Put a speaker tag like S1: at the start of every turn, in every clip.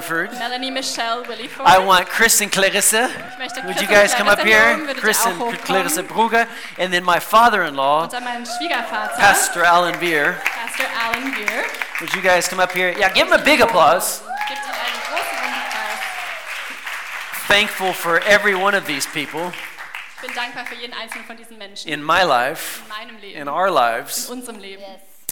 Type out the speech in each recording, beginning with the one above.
S1: Williford.
S2: Melanie Michelle Williford.
S1: I want Chris and Clarissa.
S2: ich möchte
S1: Would
S2: Chris
S1: you
S2: und
S1: guys come up
S2: Clarissa
S1: here?
S2: holen, würdet ihr
S1: Chris
S2: auch
S1: and
S2: hochkommen?
S1: Clarissa Brugger. And then my father in law,
S2: Und dann mein Schwiegervater,
S1: Pastor Alan Beer.
S2: Pastor Alan Beer.
S1: Would you guys come up here? Yeah, give him a big applause.
S2: Gibt ihm einen großen Rundapplaus.
S1: Thankful for every one of these people
S2: Ich bin dankbar für jeden einzelnen von diesen Menschen
S1: in my life,
S2: in meinem Leben,
S1: in our lives.
S2: unserem Leben.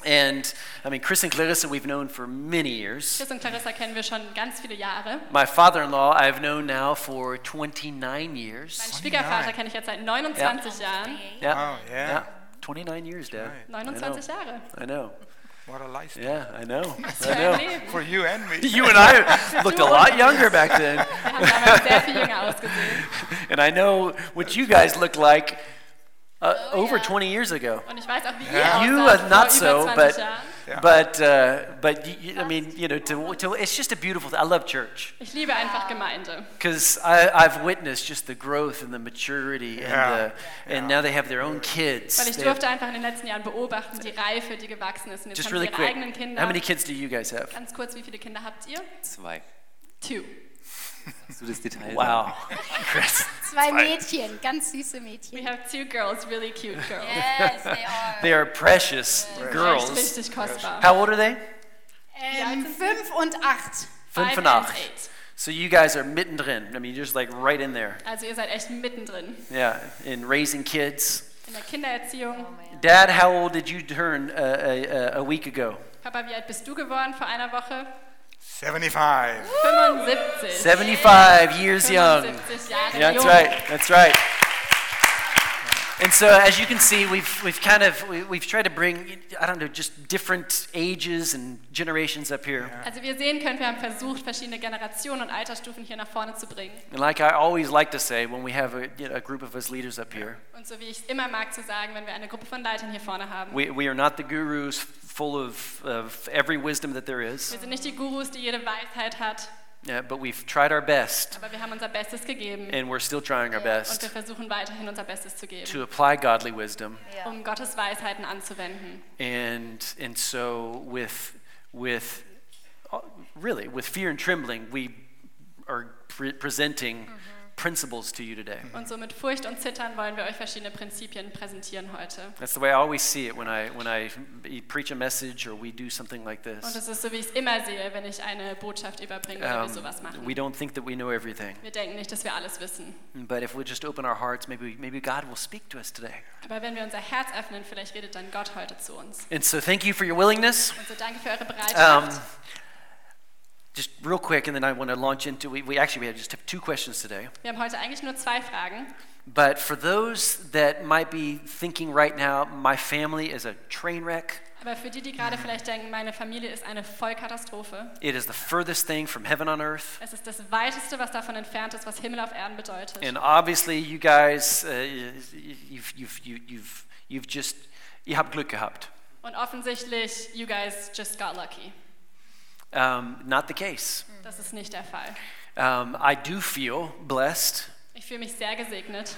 S1: And I mean, Chris and Clarissa, we've known for many years.
S2: Chris und Clarissa kennen wir schon ganz viele Jahre.
S1: My father in law, I've known now for 29
S2: Mein
S1: years.
S2: Schwiegervater kenne ich jetzt seit 29 Jahren.
S1: Yeah.
S3: Wow, Oh, yeah.
S1: 29 years, Dad. I know.
S2: 29 Jahre.
S1: I know.
S3: What a lifestyle.
S1: Yeah, I know.
S2: Was für
S1: I
S2: ein
S1: know.
S2: Leben.
S3: For you and me.
S1: You and I looked a lot younger back then.
S2: Wir haben damals sehr viel jünger ausgesehen.
S1: And I know what you guys looked like uh,
S2: Oh,
S1: over
S2: yeah.
S1: 20 years ago.
S2: Und ich weiß auch, wie
S3: Ja.
S2: ihr
S1: You
S2: aussaht
S1: are not
S2: vor
S1: so,
S2: über 20
S1: but
S2: Jahren.
S3: Yeah.
S1: but uh, but you, you- I mean, you know, to, to, it's just a beautiful. thing. I love church
S2: Ich liebe einfach Gemeinde.
S1: because I've witnessed just the growth and the maturity,
S3: Yeah.
S1: and the, and now they have their own kids.
S2: Weil ich
S1: They have-
S2: durfte einfach in den letzten Jahren beobachten, die Reife, die gewachsen ist. Und jetzt
S1: just
S2: haben sie
S1: really
S2: ihre
S1: quick,
S2: eigenen Kinder.
S1: how many kids do you guys have?
S2: Ganz kurz, wie viele Kinder habt ihr?
S4: Zwei.
S2: Two.
S4: Hast du das Detail?
S1: Wow, Chris,
S5: Zwei Mädchen, ganz süße
S2: We
S5: Mädchen.
S2: have two girls, really cute girls.
S5: Yes, they are.
S1: they are precious
S2: Echt
S1: girls.
S2: richtig kostbar.
S1: How old are they?
S5: Ähm, fünf und acht.
S1: Fünf und
S2: and
S1: acht.
S2: eight.
S1: So you guys are mittendrin. I mean, you're just like right in there.
S2: Also ihr seid echt mittendrin
S1: Yeah, in raising kids.
S2: in der Kindererziehung.
S1: Dad, how old did you turn uh, a, a, a week ago?
S2: Papa, wie alt bist du geworden vor einer Woche?
S3: 75.
S2: 75.
S1: 75 years young.
S2: 75 Jahre
S1: Yeah, that's
S2: jung.
S1: right. That's right. And so, as you can see, we've, we've kind of we, we've tried to bring I don't know just different ages and generations up here.
S2: Also wie ihr sehen könnt, wir haben versucht, verschiedene Generationen und Altersstufen hier nach vorne zu bringen.
S1: And like I always like to say, when we have a, you know, a group of us leaders up here,
S2: Und so wie ich es immer mag zu sagen, wenn wir eine Gruppe von Leitern hier vorne haben.
S1: we, we are not the gurus full of, of every wisdom that there is,
S2: Wir sind nicht die Gurus, die jede Weisheit hat,
S1: yeah, but we've tried our best,
S2: aber wir haben unser Bestes gegeben.
S1: and we're still trying our
S2: Und wir
S1: best
S2: versuchen weiterhin unser Bestes zu geben,
S1: to apply godly wisdom.
S2: um Gottes Weisheiten anzuwenden.
S1: and and so with with uh, really with fear and trembling we are pre- presenting principles to you today
S2: Und so mit Furcht und Zittern wollen wir euch verschiedene Prinzipien präsentieren heute.
S1: that's the way i always see it when i when i preach a message or we do something like
S2: Und
S1: this
S2: es ist so, wie ich es immer sehe, wenn ich eine Botschaft überbringe oder wir sowas machen.
S1: Ähm, Um, we don't think that we know everything
S2: Wir denken nicht, dass wir alles wissen.
S1: but if we just open our hearts maybe maybe god will speak to us today
S2: Aber wenn wir unser Herz öffnen, vielleicht redet dann Gott heute zu uns.
S1: and so thank you for your willingness
S2: Und so danke für eure
S1: um,
S2: Bereitschaft.
S1: just real quick and then i want to launch into we, we actually we have just have two questions today
S2: wir haben heute eigentlich nur zwei Fragen.
S1: But for those that might be thinking right now, my family is a train wreck.
S2: Aber für die, die gerade vielleicht denken, meine Familie ist eine Vollkatastrophe.
S1: It is the furthest thing from heaven on earth.
S2: Es ist das Weiteste, was davon entfernt ist, was Himmel auf Erden bedeutet.
S1: And obviously, you guys, uh, you've, you've, you- you've, you've just, ihr habt Glück gehabt.
S2: Und offensichtlich, you guys just got lucky.
S1: Um, not the case.
S2: Das ist nicht der Fall.
S1: Um, I do feel blessed
S2: Ich fühle mich sehr gesegnet,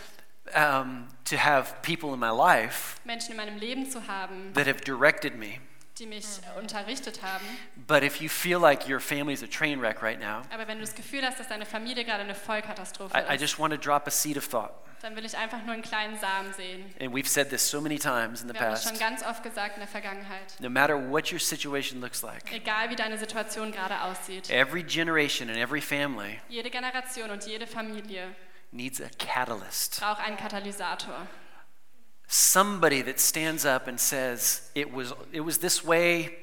S1: um, to have people in my life
S2: Menschen in meinem Leben zu haben,
S1: that have directed me.
S2: die mich unterrichtet haben.
S1: But if you feel like your family is a train wreck right now,
S2: Aber wenn du das Gefühl hast, dass deine Familie gerade eine Vollkatastrophe
S1: I, I
S2: ist,
S1: just want to drop a seed of thought.
S2: dann will ich einfach nur einen kleinen Samen sehen.
S1: And we've said this so many times in the
S2: Wir haben das
S1: past.
S2: schon ganz oft gesagt in der Vergangenheit.
S1: No matter what your situation looks like,
S2: Egal wie deine Situation gerade aussieht,
S1: every generation and every family
S2: jede Generation und jede Familie
S1: needs a catalyst.
S2: braucht einen Katalysator.
S1: Somebody that stands up and says, it was, it was this way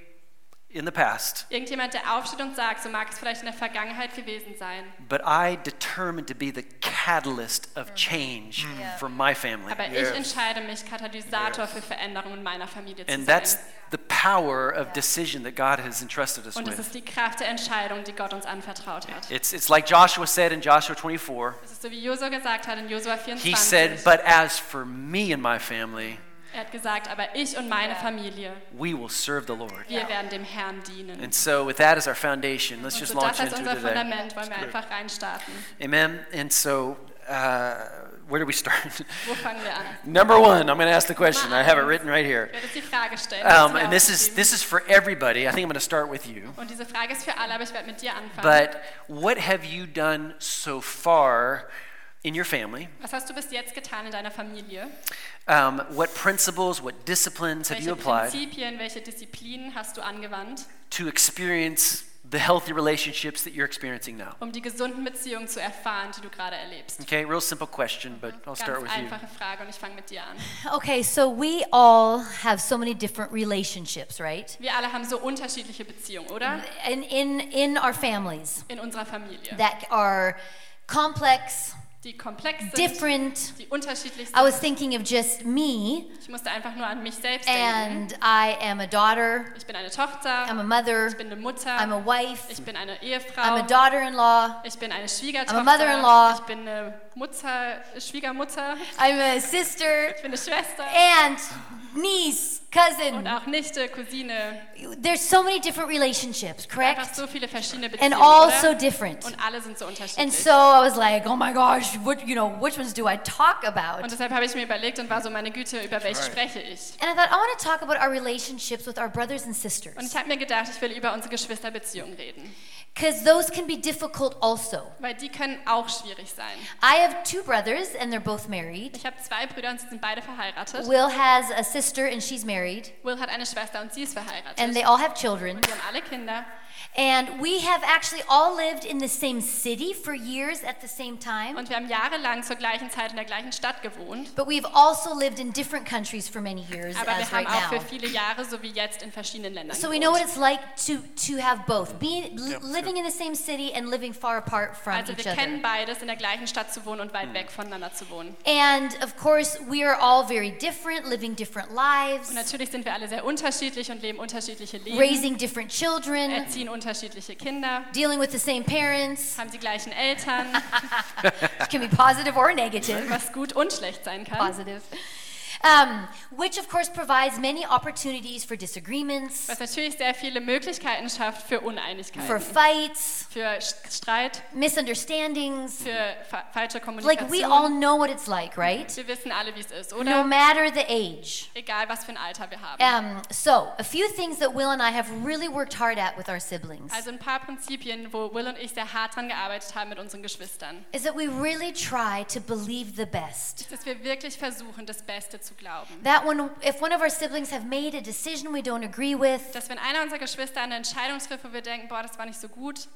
S1: in the past,
S2: Irgendjemand, der aufsteht und sagt, so mag es vielleicht in der Vergangenheit gewesen sein,
S1: but I determined to be the catalyst of change for my family.
S2: aber
S3: Yes.
S2: ich entscheide mich, Katalysator für Veränderungen in meiner Familie zu
S1: And that's
S2: sein.
S1: the power of decision that God has entrusted us
S2: Und es
S1: with.
S2: ist die Kraft der Entscheidung, die Gott uns anvertraut hat.
S1: It's, it's like Joshua said in Joshua 24.
S2: Es ist so, wie Josua gesagt hat in Josua
S1: He said,
S2: 24.
S1: But as for me and my family,
S2: Er hat gesagt, aber ich und meine Familie,
S1: we will serve the Lord.
S2: wir werden dem Herrn dienen.
S1: And so, with that as our foundation, let's
S2: Und
S1: just
S2: so
S1: launch
S2: das als
S1: into it
S2: unser
S1: today.
S2: Fundament wollen wir einfach reinstarten.
S1: Amen. And so, uh, where do we start?
S2: Wo fangen wir an?
S1: Number one, I'm going to ask the question. I have it written right here.
S2: Ich werde jetzt die Frage stellen. Das
S1: Um,
S2: ist
S1: and this is
S2: aufgeschrieben.
S1: this is for everybody. I think I'm going to start with you.
S2: und diese Frage ist für alle, aber ich werde mit dir anfangen.
S1: But what have you done so far in your family?
S2: Was hast du bis jetzt getan in deiner Familie?
S1: Um, what principles, what disciplines have you
S2: welche
S1: applied
S2: Prinzipien, welche Disziplinen hast du angewandt,
S1: to experience the healthy relationships that you're experiencing now?
S2: um die gesunden Beziehungen zu erfahren, die du gerade erlebst?
S1: Okay, real simple question, but I'll start
S2: Ganz
S1: with you.
S2: einfache Frage und ich fange mit dir an.
S6: Okay, so we all have so many different relationships, right?
S2: Wir alle haben so unterschiedliche Beziehungen, oder?
S6: And in in our families
S2: In unserer Familie.
S6: that are complex,
S2: Die komplex sind,
S6: different.
S2: die unterschiedlich
S6: I
S2: sind.
S6: was thinking of just me,
S2: Ich musste einfach nur an mich selbst denken.
S6: and I am a daughter,
S2: Ich bin eine Tochter,
S6: I'm a
S2: ich
S6: mother,
S2: bin eine Mutter,
S6: I'm a wife,
S2: ich bin eine Ehefrau,
S6: I'm a daughter-in-law,
S2: ich bin eine Schwiegertochter,
S6: I'm a mother-in-law.
S2: ich bin eine Mutter, Schwiegermutter,
S6: I'm a sister,
S2: ich bin eine Schwester
S6: aunt, niece, cousin.
S2: und auch Nichte, Cousine.
S6: There's so many different relationships,
S2: Einfach
S6: correct?
S2: so viele verschiedene Beziehungen.
S6: And all
S2: oder?
S6: so different.
S2: Und alle sind so unterschiedlich.
S6: And so I was like, oh my gosh, what you know, which ones do I talk about?
S2: und deshalb habe ich mir überlegt und war so, meine Güte, über welche
S3: Right.
S2: spreche ich?
S6: And I thought, I want to talk about our relationships with our brothers and
S2: Und ich
S6: sisters.
S2: habe mir gedacht, ich will über unsere Geschwisterbeziehungen reden,
S6: Because those can be difficult also.
S2: weil die können auch schwierig sein.
S6: I have two brothers, and they're both married.
S2: Ich habe zwei Brüder und sie sind beide verheiratet.
S6: Will has a sister, and she's married.
S2: Will hat eine Schwester und sie ist verheiratet.
S6: And they all have children.
S2: und sie haben alle Kinder.
S6: And we have actually all lived in the same city for years at the same time.
S2: Und wir haben jahrelang zur gleichen Zeit in der gleichen Stadt gewohnt.
S6: But we've also lived in different countries for many years
S2: Aber wir
S6: as right
S2: haben auch für
S6: now.
S2: viele Jahre, so wie jetzt, in verschiedenen Ländern
S6: So we know what
S2: gewohnt.
S6: it's like to, to have both, being li- living in the same city and living far apart from
S2: Also wir
S6: each other.
S2: kennen beides, in der gleichen Stadt zu wohnen und weit weg voneinander zu wohnen.
S6: And of course, we are all very different, living different lives,
S2: Und natürlich sind wir alle sehr unterschiedlich und leben unterschiedliche Leben,
S6: raising different children,
S2: erziehen unterschiedliche Kinder,
S6: dealing with the same parents,
S2: haben die gleichen Eltern,
S6: which can be positive or negative.
S2: was gut und schlecht sein kann.
S6: Positive. Um, which of course provides many opportunities for disagreements,
S2: Was natürlich sehr viele Möglichkeiten schafft für
S6: for
S2: Uneinigkeiten,
S6: fights,
S2: für Sch- Streit,
S6: misunderstandings.
S2: für fa falsche
S6: Like we all
S2: Kommunikation.
S6: know what it's like, right?
S2: Wir wissen alle, wie es ist,
S6: No
S2: oder?
S6: matter the age.
S2: Egal, was für ein Alter wir haben.
S6: Um, so, a few things that Will and I have really worked hard at with our siblings
S2: Also ein paar Prinzipien, wo Will und ich sehr hart dran gearbeitet haben mit unseren Geschwistern.
S6: is that we really try to believe the best.
S2: Dass wir wirklich versuchen, das Beste zu glauben.
S6: That when, if one of our siblings have made a decision we don't agree with,
S2: Dass wenn einer unserer Geschwister eine Entscheidung trifft, wo wir denken, boah, das war nicht so gut,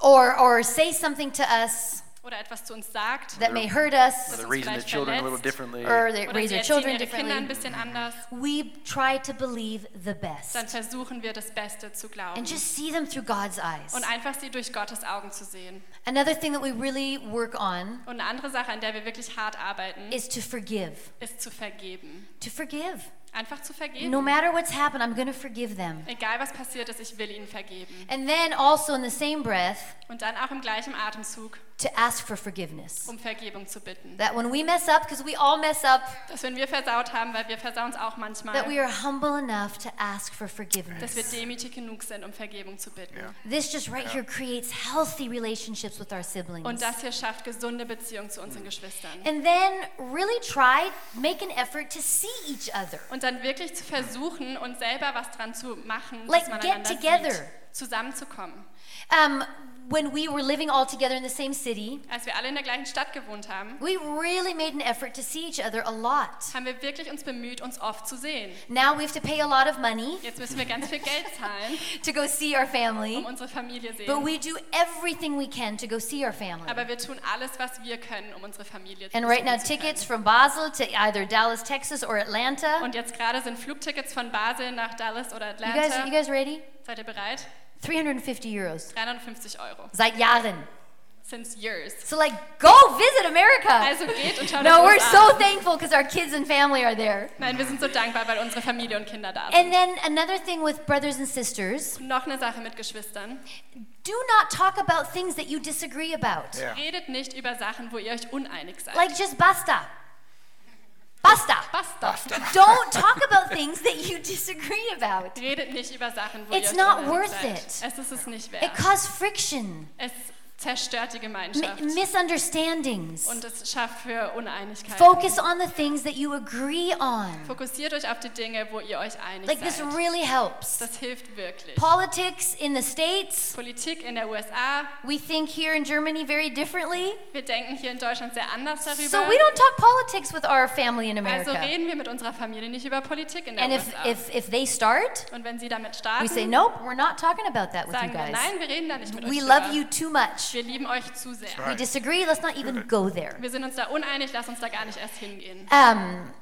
S6: or or say something to us
S2: oder etwas zu uns sagt,
S6: that may hurt us,
S2: That's
S1: They're
S2: what's
S1: raising the
S2: vielleicht
S1: children a little
S2: verletzt.
S1: differently.
S6: or they
S2: oder
S6: raise
S2: sie
S6: their
S2: erziehen
S6: children
S2: ihre Kinder ein
S6: differently,
S2: bisschen anders,
S6: we try to believe the
S2: dann
S6: best
S2: versuchen wir, das Beste zu glauben.
S6: and just see them through God's eyes.
S2: Und einfach sie durch Gottes Augen zu sehen.
S6: Another thing that we really work on
S2: Und eine andere Sache, an der wir wirklich hart arbeiten,
S6: is to forgive.
S2: ist zu vergeben.
S6: To forgive.
S2: Einfach zu vergeben.
S6: No matter what's happened, I'm going to forgive them.
S2: Egal was passiert ist, ich will ihnen vergeben.
S6: And then also in the same breath,
S2: Und dann auch im gleichen Atemzug
S6: to ask for forgiveness.
S2: um Vergebung zu bitten.
S6: That when we mess up, because we all mess up,
S2: Dass wenn wir versaut haben, weil wir versauen es auch
S6: that we
S2: manchmal,
S6: are humble enough to ask for
S2: dass wir
S6: forgiveness.
S2: demütig genug sind, um Vergebung zu bitten.
S6: This just right here creates healthy relationships with our siblings.
S2: Und das hier schafft gesunde Beziehungen zu unseren Geschwistern.
S6: and then really try, make an effort to see each other.
S2: Und dann wirklich zu versuchen und selber was dran zu machen,
S6: Like,
S2: dass man
S6: get
S2: einander
S6: together.
S2: sieht, zusammenzukommen.
S6: Um, when we were living all together in the same city,
S2: Als wir alle in der gleichen Stadt gewohnt haben,
S6: we really made an effort to see each other a lot.
S2: haben wir wirklich uns bemüht, uns oft zu sehen.
S6: Now we have to pay a lot of money
S2: Jetzt müssen wir ganz viel Geld zahlen,
S6: to go see our
S2: um
S6: family,
S2: unsere Familie
S6: but
S2: sehen.
S6: we do everything we can to go see our family.
S2: Aber wir tun alles, was wir können, um unsere Familie
S6: And
S2: zu
S6: right now,
S2: sehen zu können.
S6: tickets from Basel to either Dallas, Texas, or Atlanta.
S2: Und jetzt gerade sind Flugtickets von Basel nach Dallas oder
S6: You
S2: Atlanta.
S6: guys, you guys ready?
S2: Seid ihr bereit?
S6: 350 euros.
S2: 350 Euro.
S6: Seit Jahren.
S2: Since years.
S6: So like, go visit America.
S2: Also geht und schaut
S6: Ah. No,
S2: euch
S6: we're
S2: das
S6: so
S2: an.
S6: thankful because our kids and family are there.
S2: Nein, wir sind so dankbar, weil unsere Familie und Kinder da sind.
S6: And then another thing with brothers and sisters,
S2: Noch eine Sache mit Geschwistern.
S6: do not talk about things that you disagree about.
S3: Yeah.
S2: Redet nicht über Sachen, wo ihr euch uneinig seid.
S6: Like just basta. Basta.
S2: Basta.
S6: Don't talk about things that you disagree about.
S2: Redet nicht über Sachen, wo
S6: It's
S2: ihr euch
S6: not
S2: uneinig
S6: worth
S2: seid.
S6: it.
S2: Es ist es nicht
S6: It
S2: wert.
S6: causes friction.
S2: Es zerstört die Gemeinschaft.
S6: M- misunderstandings.
S2: Und es schafft für Uneinigkeit.
S6: Focus on the things that you agree on.
S2: Fokussiert euch auf die Dinge, wo ihr euch einig
S6: Like this
S2: seid.
S6: really helps.
S2: Das hilft wirklich.
S6: Politics in the States,
S2: Politik in der USA,
S6: we think here in Germany very differently.
S2: wir denken hier in Deutschland sehr anders darüber.
S6: So we don't talk politics with our family in
S2: also
S6: America.
S2: reden wir mit unserer Familie nicht über Politik in der
S6: And if,
S2: USA.
S6: if, if they start,
S2: Und wenn sie damit
S6: we
S2: starten,
S6: say, nope, we're not talking about that with you
S2: sagen wir,
S6: guys.
S2: nein, wir reden da nicht mit
S6: We
S2: euch
S6: love
S2: drüber.
S6: you too much.
S2: Wir lieben euch zu sehr.
S6: We disagree, let's not even go there.
S2: Wir sind uns da uneinig, lass uns da gar nicht erst hingehen.
S6: Um,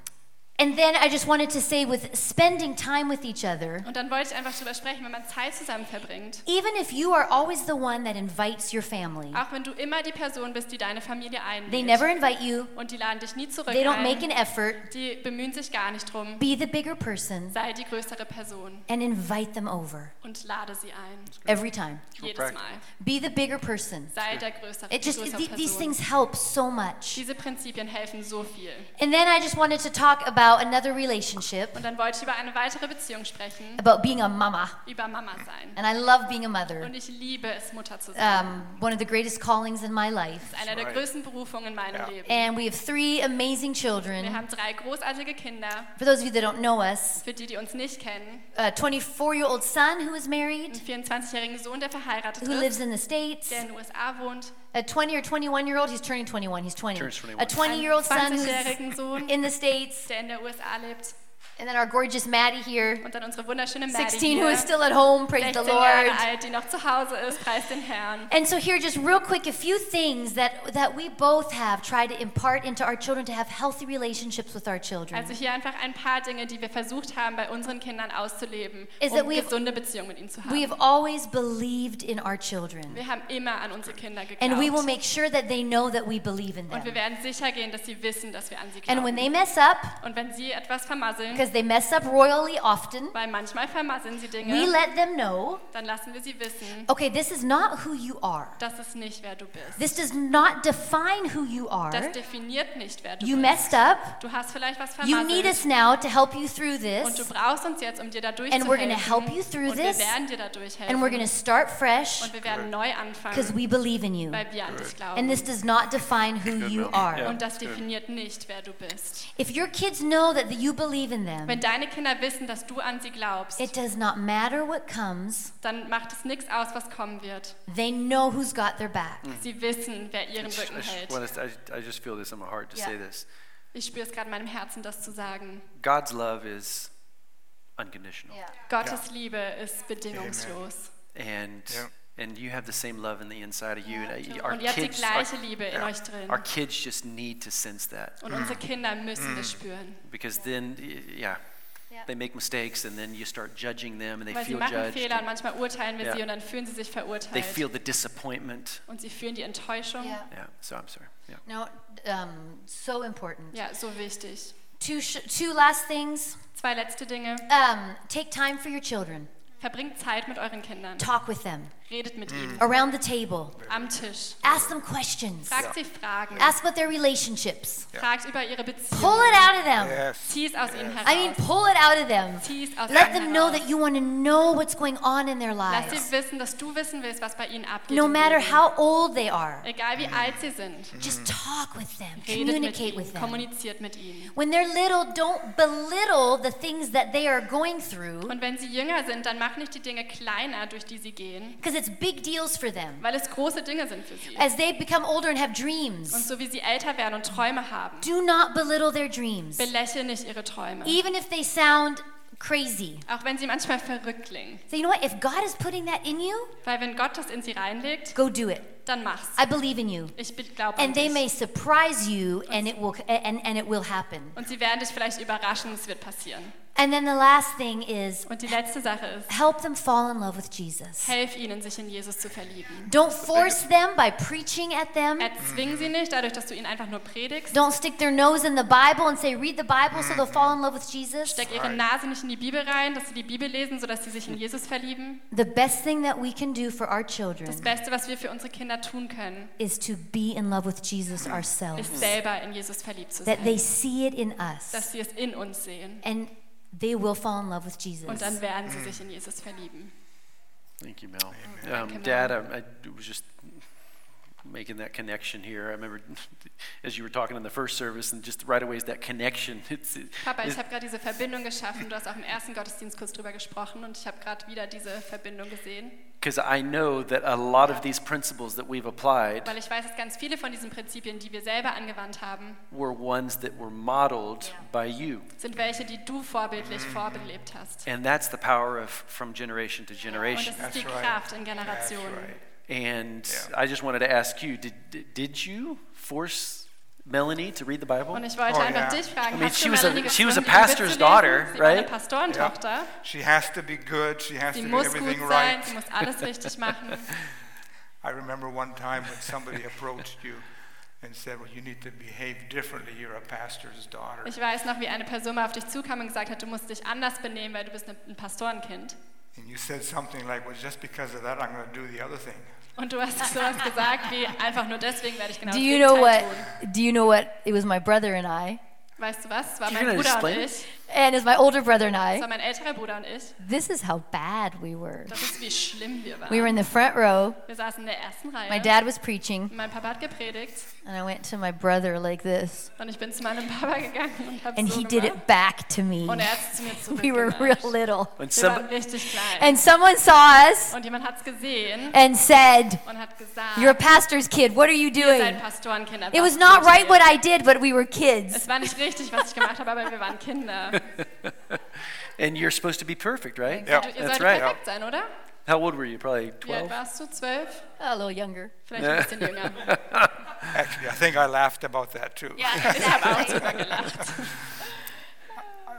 S6: and then I just wanted to say with spending time with each other,
S2: Und dann wollte ich einfach drüber sprechen, wenn man Zeit zusammen verbringt,
S6: even if you are always the one that invites your family,
S2: auch wenn du immer die Person bist, die deine Familie
S6: they
S2: einlädt
S6: never invite you,
S2: und die laden dich nie zurück
S6: they don't make
S2: ein,
S6: an effort,
S2: die bemühen sich gar nicht drum,
S6: be the bigger person
S2: sei die größere Person
S6: and invite them over
S2: und lade sie ein.
S6: every time.
S2: Jedes Mal.
S6: Be the bigger person.
S2: Sei der größere, die
S6: It just,
S2: größere
S6: th- these
S2: Person.
S6: things help so much.
S2: Diese Prinzipien helfen so viel.
S6: And then I just wanted to talk about another relationship,
S2: Und dann wollte ich über eine weitere Beziehung sprechen,
S6: about being a mama.
S2: über Mama sein.
S6: And I love being a
S2: Und
S6: mother.
S2: ich liebe es, Mutter zu sein.
S6: Um, one of the greatest callings in my life.
S2: Einer der
S3: right.
S2: größten Berufungen in meinem
S3: Ja.
S2: Leben.
S6: And we have three amazing
S2: Wir
S6: children.
S2: haben drei großartige Kinder,
S6: For those of you that don't know us,
S2: für die, die uns nicht kennen.
S6: a 24 year old son who is married,
S2: Einen 24-jährigen Sohn, der verheiratet
S6: who
S2: ist,
S6: lives in the States,
S2: der in den USA wohnt.
S6: a 20 or 21 year old, he's turning 21, he's 20.
S1: Turns
S6: A
S1: 21.
S6: 20 year
S2: Einen
S6: old son who's
S2: 20-jährigen Sohn,
S6: in the States,
S2: der in der USA lebt.
S6: and then our gorgeous Maddie here,
S2: Und dann unsere wunderschöne Maddie,
S6: 16,
S2: hier,
S6: who is still at home, praise
S2: 16
S6: the
S2: Jahre
S6: Lord.
S2: alt, die noch zu Hause ist, preist den Herrn.
S6: And so here, just real quick, a few things that, that we both have tried to impart into our children to have healthy relationships with our children.
S2: Also hier einfach ein paar Dinge, die wir versucht haben, bei unseren Kindern auszuleben,
S6: Is that
S2: um
S6: we have-
S2: gesunde Beziehungen mit ihnen zu
S6: We have
S2: haben.
S6: always believed in our children,
S2: Wir haben immer an unsere Kinder geglaubt.
S6: and we will make sure that they know that we believe in
S2: Und wir
S6: them.
S2: werden sicher gehen, dass sie wissen, dass wir an sie
S6: And
S2: glauben.
S6: when they mess up,
S2: Und wenn sie etwas vermasseln,
S6: because they mess up royally often,
S2: weil manchmal vermasseln sie
S6: we
S2: Dinge,
S6: let them know
S2: dann lassen wir sie wissen,
S6: okay, this is not who you are.
S2: das ist nicht, wer du bist.
S6: This does not define who you
S2: Das
S6: are.
S2: definiert nicht, wer du
S6: You
S2: bist.
S6: messed up.
S2: Du hast vielleicht was
S6: You need
S2: vermasselt
S6: us now to help you through
S2: und du
S6: this,
S2: brauchst uns jetzt, um dir dadurch
S6: And
S2: zu
S6: we're
S2: helfen.
S6: gonna help you through
S2: und wir
S6: this.
S2: werden dir dadurch helfen.
S6: and we're going to start fresh
S2: und wir werden neu
S6: because
S2: anfangen,
S6: we believe in you.
S2: weil wir an dich glauben.
S6: And this does not define who you are.
S2: und das definiert nicht, wer du bist.
S6: If your kids know that you believe in them,
S2: Wenn deine Kinder wissen, dass du an sie glaubst,
S6: it does not matter what comes,
S2: dann macht es nichts aus, was kommen wird.
S6: they know who's got their back.
S2: Sie wissen, wer
S1: I
S2: ihren
S1: just,
S2: Rücken hält.
S1: Mhm. wanna- I- I just feel this in my heart to
S6: Yeah.
S1: say this.
S2: Ich spüre es gerade in meinem Herzen, das zu sagen.
S1: God's love is unconditional.
S2: Gottes Liebe ist bedingungslos.
S1: And
S3: Yeah.
S1: and you have the same love in the inside of you. And uh, our
S2: Und ihr habt die
S1: kids, our,
S2: gleiche Liebe in euch drin.
S1: our Mm. kids just need to sense that
S2: Und unsere Kinder müssen das spüren.
S1: because then, y- yeah,
S6: Yeah.
S1: they make mistakes and then you start judging them and they
S2: Weil sie
S1: feel
S2: machen
S1: judged.
S2: Fehler und manchmal urteilen wir
S1: Ja.
S2: sie und dann fühlen sie sich
S1: They
S2: verurteilt.
S1: feel the disappointment.
S2: und sie fühlen die Enttäuschung.
S6: Yeah.
S2: Ja,
S1: Yeah. So I'm sorry. Yeah.
S6: No, um, so important.
S2: so wichtig.
S6: Two, sh- two last things.
S2: Zwei letzte Dinge.
S6: Um, take time for your children.
S2: Verbringt Zeit mit euren Kindern.
S6: Talk with them
S2: Redet
S1: Mm.
S2: mit ihnen.
S6: around the table.
S2: Am Tisch.
S6: Ask them questions.
S2: Fragt sie Fragen.
S6: Ask about their relationships.
S2: Fragt über ihre
S6: Pull it
S2: Beziehung.
S6: out of them.
S3: Yes.
S2: Zieh es aus ihnen heraus.
S6: I mean, pull it out of them.
S2: Zieh es aus
S6: Let
S2: ihnen
S6: them know
S2: heraus.
S6: that you want to know what's going on in their
S2: Lass sie
S6: lives,
S2: wissen, dass du wissen willst, was bei ihnen abgeht.
S6: no
S2: im
S6: matter
S2: Leben.
S6: how old they are.
S2: Egal wie alt sie sind.
S6: Just talk with them,
S2: Redet mit
S6: communicate with
S2: ihnen.
S6: them.
S2: Kommuniziert mit ihnen.
S6: When they're little, don't belittle the things that they are going through
S2: Und wenn sie jünger sind, dann mach nicht die Dinge kleiner, durch die sie gehen,
S6: because it's big deals for them.
S2: weil es große Dinge sind für sie.
S6: As they become older and have
S2: Und
S6: dreams,
S2: so wie sie älter werden und Träume haben,
S6: do not belittle their dreams,
S2: belächle nicht ihre Träume.
S6: even if they sound crazy.
S2: Auch wenn sie manchmal verrückt klingen.
S6: So, you know what? If God is putting that in you,
S2: Weil wenn Gott das in sie reinlegt,
S6: go do it.
S2: dann mach's.
S6: I believe in you.
S2: Ich glaube an
S6: And they
S2: dich.
S6: may surprise you, and it will, and, and it will happen.
S2: Und sie werden dich vielleicht überraschen, es wird passieren.
S6: And then the last thing is
S2: Und die letzte Sache ist,
S6: help them fall in love with Jesus.
S2: helf ihnen, sich in Jesus zu verlieben.
S6: Don't force them by preaching at them.
S2: Erzwing sie nicht, dadurch, dass du ihnen einfach nur predigst.
S6: Don't stick their nose in the Bible and say, read the Bible so they'll fall in love with Jesus.
S2: Steck ihre Nase nicht in die Bibel rein, dass sie die Bibel lesen, sodass sie sich in Jesus verlieben.
S6: The best thing that we can do for our
S2: Das
S6: children
S2: Beste, was wir für unsere Kinder tun können,
S6: is to be in love with Jesus ourselves,
S2: ist selber in Jesus verliebt zu
S6: that they
S2: sein.
S6: see it in
S2: Dass
S6: us,
S2: sie es in uns sehen.
S6: and they will fall in love with
S2: Und
S6: Jesus.
S2: dann werden sie sich in Jesus verlieben.
S1: Thank you, Mel.
S2: Thank
S1: Um,
S2: you, Mel.
S1: Dad, I, I was just making that connection here. I remember as you were talking in the first service, and just right away is that connection. It's,
S2: Papa, ich
S1: it's-
S2: habe gerade diese Verbindung geschaffen. Du hast auch im ersten Gottesdienst kurz drüber gesprochen und ich habe gerade wieder diese Verbindung gesehen,
S1: Because I know that a lot of these principles that we've applied
S2: weil ich weiß, dass ganz viele von diesen Prinzipien, die wir selber angewandt haben,
S1: were ones that were modeled by you.
S2: sind welche, die du vorbildlich
S1: Mm.
S2: vorbelebt hast.
S1: And that's the power of from generation to
S2: Und
S1: generation.
S2: das ist die
S3: That's right.
S2: Kraft in
S3: That's
S2: Generationen.
S3: right.
S1: And
S3: Yeah.
S1: I just wanted to ask you did, did- did you force Melanie to read the Bible?
S2: Und ich wollte
S3: Oh,
S2: einfach
S3: yeah.
S2: dich fragen,
S1: I mean,
S2: hast
S1: she
S2: du
S1: was a-
S2: Melanie gezwungen,
S1: she was a
S2: die Bibel zu
S1: pastor's
S2: lesen?
S1: daughter,
S2: Sie war eine
S1: right?
S2: Pastorentochter.
S3: She has to be good. She has
S2: Sie
S3: to do
S2: muss gut
S3: everything
S2: sein,
S3: right.
S2: sie muss alles richtig machen.
S3: I remember one time when somebody approached you and said, Well, you need to behave differently. You're a pastor's daughter.
S2: Ich weiß noch, wie eine Person mal auf dich zukam und gesagt hat, du musst dich anders benehmen, weil du bist ne- ein Pastorenkind.
S3: And you said something like, Well, just because of that, I'm going to do the other thing.
S2: Und du hast sowas gesagt wie, einfach nur deswegen werde ich genau
S6: Do
S2: das
S6: you know
S2: Gegenteil
S6: what?
S2: tun.
S6: Do you know what? It was my brother and I,
S2: Weißt du was? Es war
S1: You're
S2: mein
S1: gonna
S2: Bruder
S1: explain
S2: und
S1: it?
S2: ich.
S6: and it's my older brother and
S2: Es war
S6: I.
S2: mein älterer Bruder und ich.
S6: This is how bad we were.
S2: Das ist, wie schlimm wir waren.
S6: We were in the front row.
S2: wir saßen in der ersten Reihe.
S6: My dad was preaching,
S2: mein Papa hat gepredigt
S6: and I went to my brother like this,
S2: und ich bin zu meinem Papa gegangen und habe
S6: and
S2: so
S6: he
S2: gemacht.
S6: did it back to me.
S2: Und er hat es zu mir
S6: We were
S2: zurückgemacht.
S6: real little,
S1: And
S2: wir
S1: some,
S2: waren richtig klein.
S6: and someone saw us
S2: und jemand hat es gesehen
S6: and said,
S2: und hat gesagt,
S6: "You're a pastor's kid. What are you
S2: ihr seid
S6: doing?"
S2: Pastorenkinder.
S6: It was
S2: Was
S6: not
S2: tut
S6: right
S2: ihr?
S6: what I did, but we were kids.
S2: Es war nicht richtig, was ich gemacht habe, aber wir waren Kinder.
S1: and you're supposed to be perfect, right?
S3: Yeah,
S2: Du- ihr
S1: that's
S2: solltet
S1: right.
S2: perfekt sein, oder?
S1: How old were you? Probably
S2: Wie alt
S1: 12?
S2: warst du? Zwölf?
S6: A little younger.
S2: Vielleicht ein bisschen jünger.
S3: Actually, I think I laughed about that too.
S2: Ich habe auch drüber gelacht.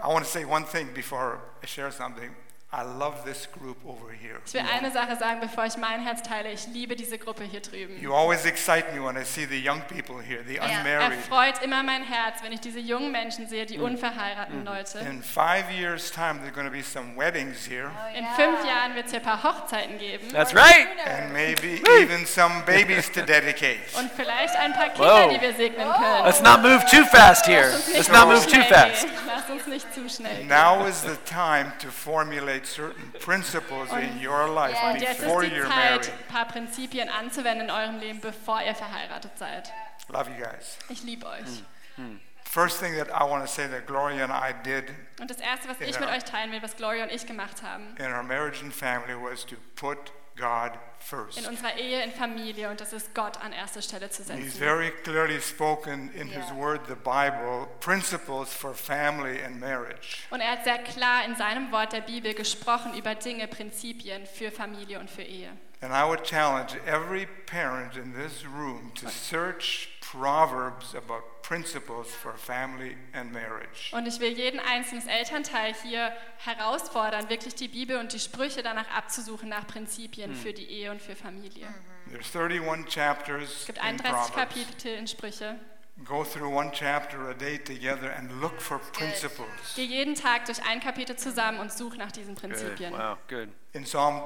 S3: I want to say one thing before I share something. I love this group over here.
S2: Ich will eine Sache sagen, bevor ich mein Herz teile. Ich liebe diese Gruppe hier drüben.
S3: You always excite me when I see the young people here, the unmarried.
S2: Erfreut immer mein Herz, wenn ich diese jungen Menschen sehe,
S1: Mm.
S2: die unverheirateten Leute.
S3: In five years' time, there are going to be some weddings here,
S2: In fünf Jahren wird es hier ein paar Hochzeiten geben
S1: That's right.
S3: and maybe even some babies to dedicate.
S2: und vielleicht ein paar Kinder,
S1: Wow.
S2: die wir segnen können.
S1: Let's not move too fast here.
S2: Lass uns nicht
S1: Let's
S2: zu
S1: not move too
S2: schnell
S1: fast.
S2: gehen. Lass uns nicht zu schnell gehen.
S3: Now is the time to formulate certain principles in your life
S2: Und Äh, jetzt ist
S3: before
S2: die Zeit,
S3: you're married.
S2: ein paar Prinzipien anzuwenden in eurem Leben, bevor ihr verheiratet seid.
S3: Love you guys.
S2: Ich liebe euch.
S3: Hm. First thing that I want to say that Gloria and I did
S2: Und das Erste, was ich
S3: Ja.
S2: mit euch teilen will, was Gloria und ich gemacht haben,
S3: in our marriage and family was to put God first.
S2: in unserer Ehe, in Familie, und das ist Gott an erste Stelle zu
S3: He's
S2: setzen.
S3: very clearly spoken in his word, the Bible, principles for family and marriage.
S2: Und er hat sehr klar in seinem Wort der Bibel gesprochen über Dinge, Prinzipien für Familie und für Ehe.
S3: And I would challenge every parent in this room to search Proverbs about principles for family and marriage.
S2: Und ich will jeden einzelnen Elternteil hier herausfordern, wirklich die Bibel und die Sprüche danach abzusuchen nach Prinzipien
S3: Hm.
S2: für die Ehe und für Familie.
S3: There's 31 chapters
S2: Es gibt
S3: in
S2: 31
S3: Proverbs.
S2: Kapitel in Sprüche.
S3: Go through one chapter a day together and look for principles.
S2: Geh jeden Tag durch ein Kapitel zusammen und such nach diesen Prinzipien.
S1: Wow, good.
S3: In Psalm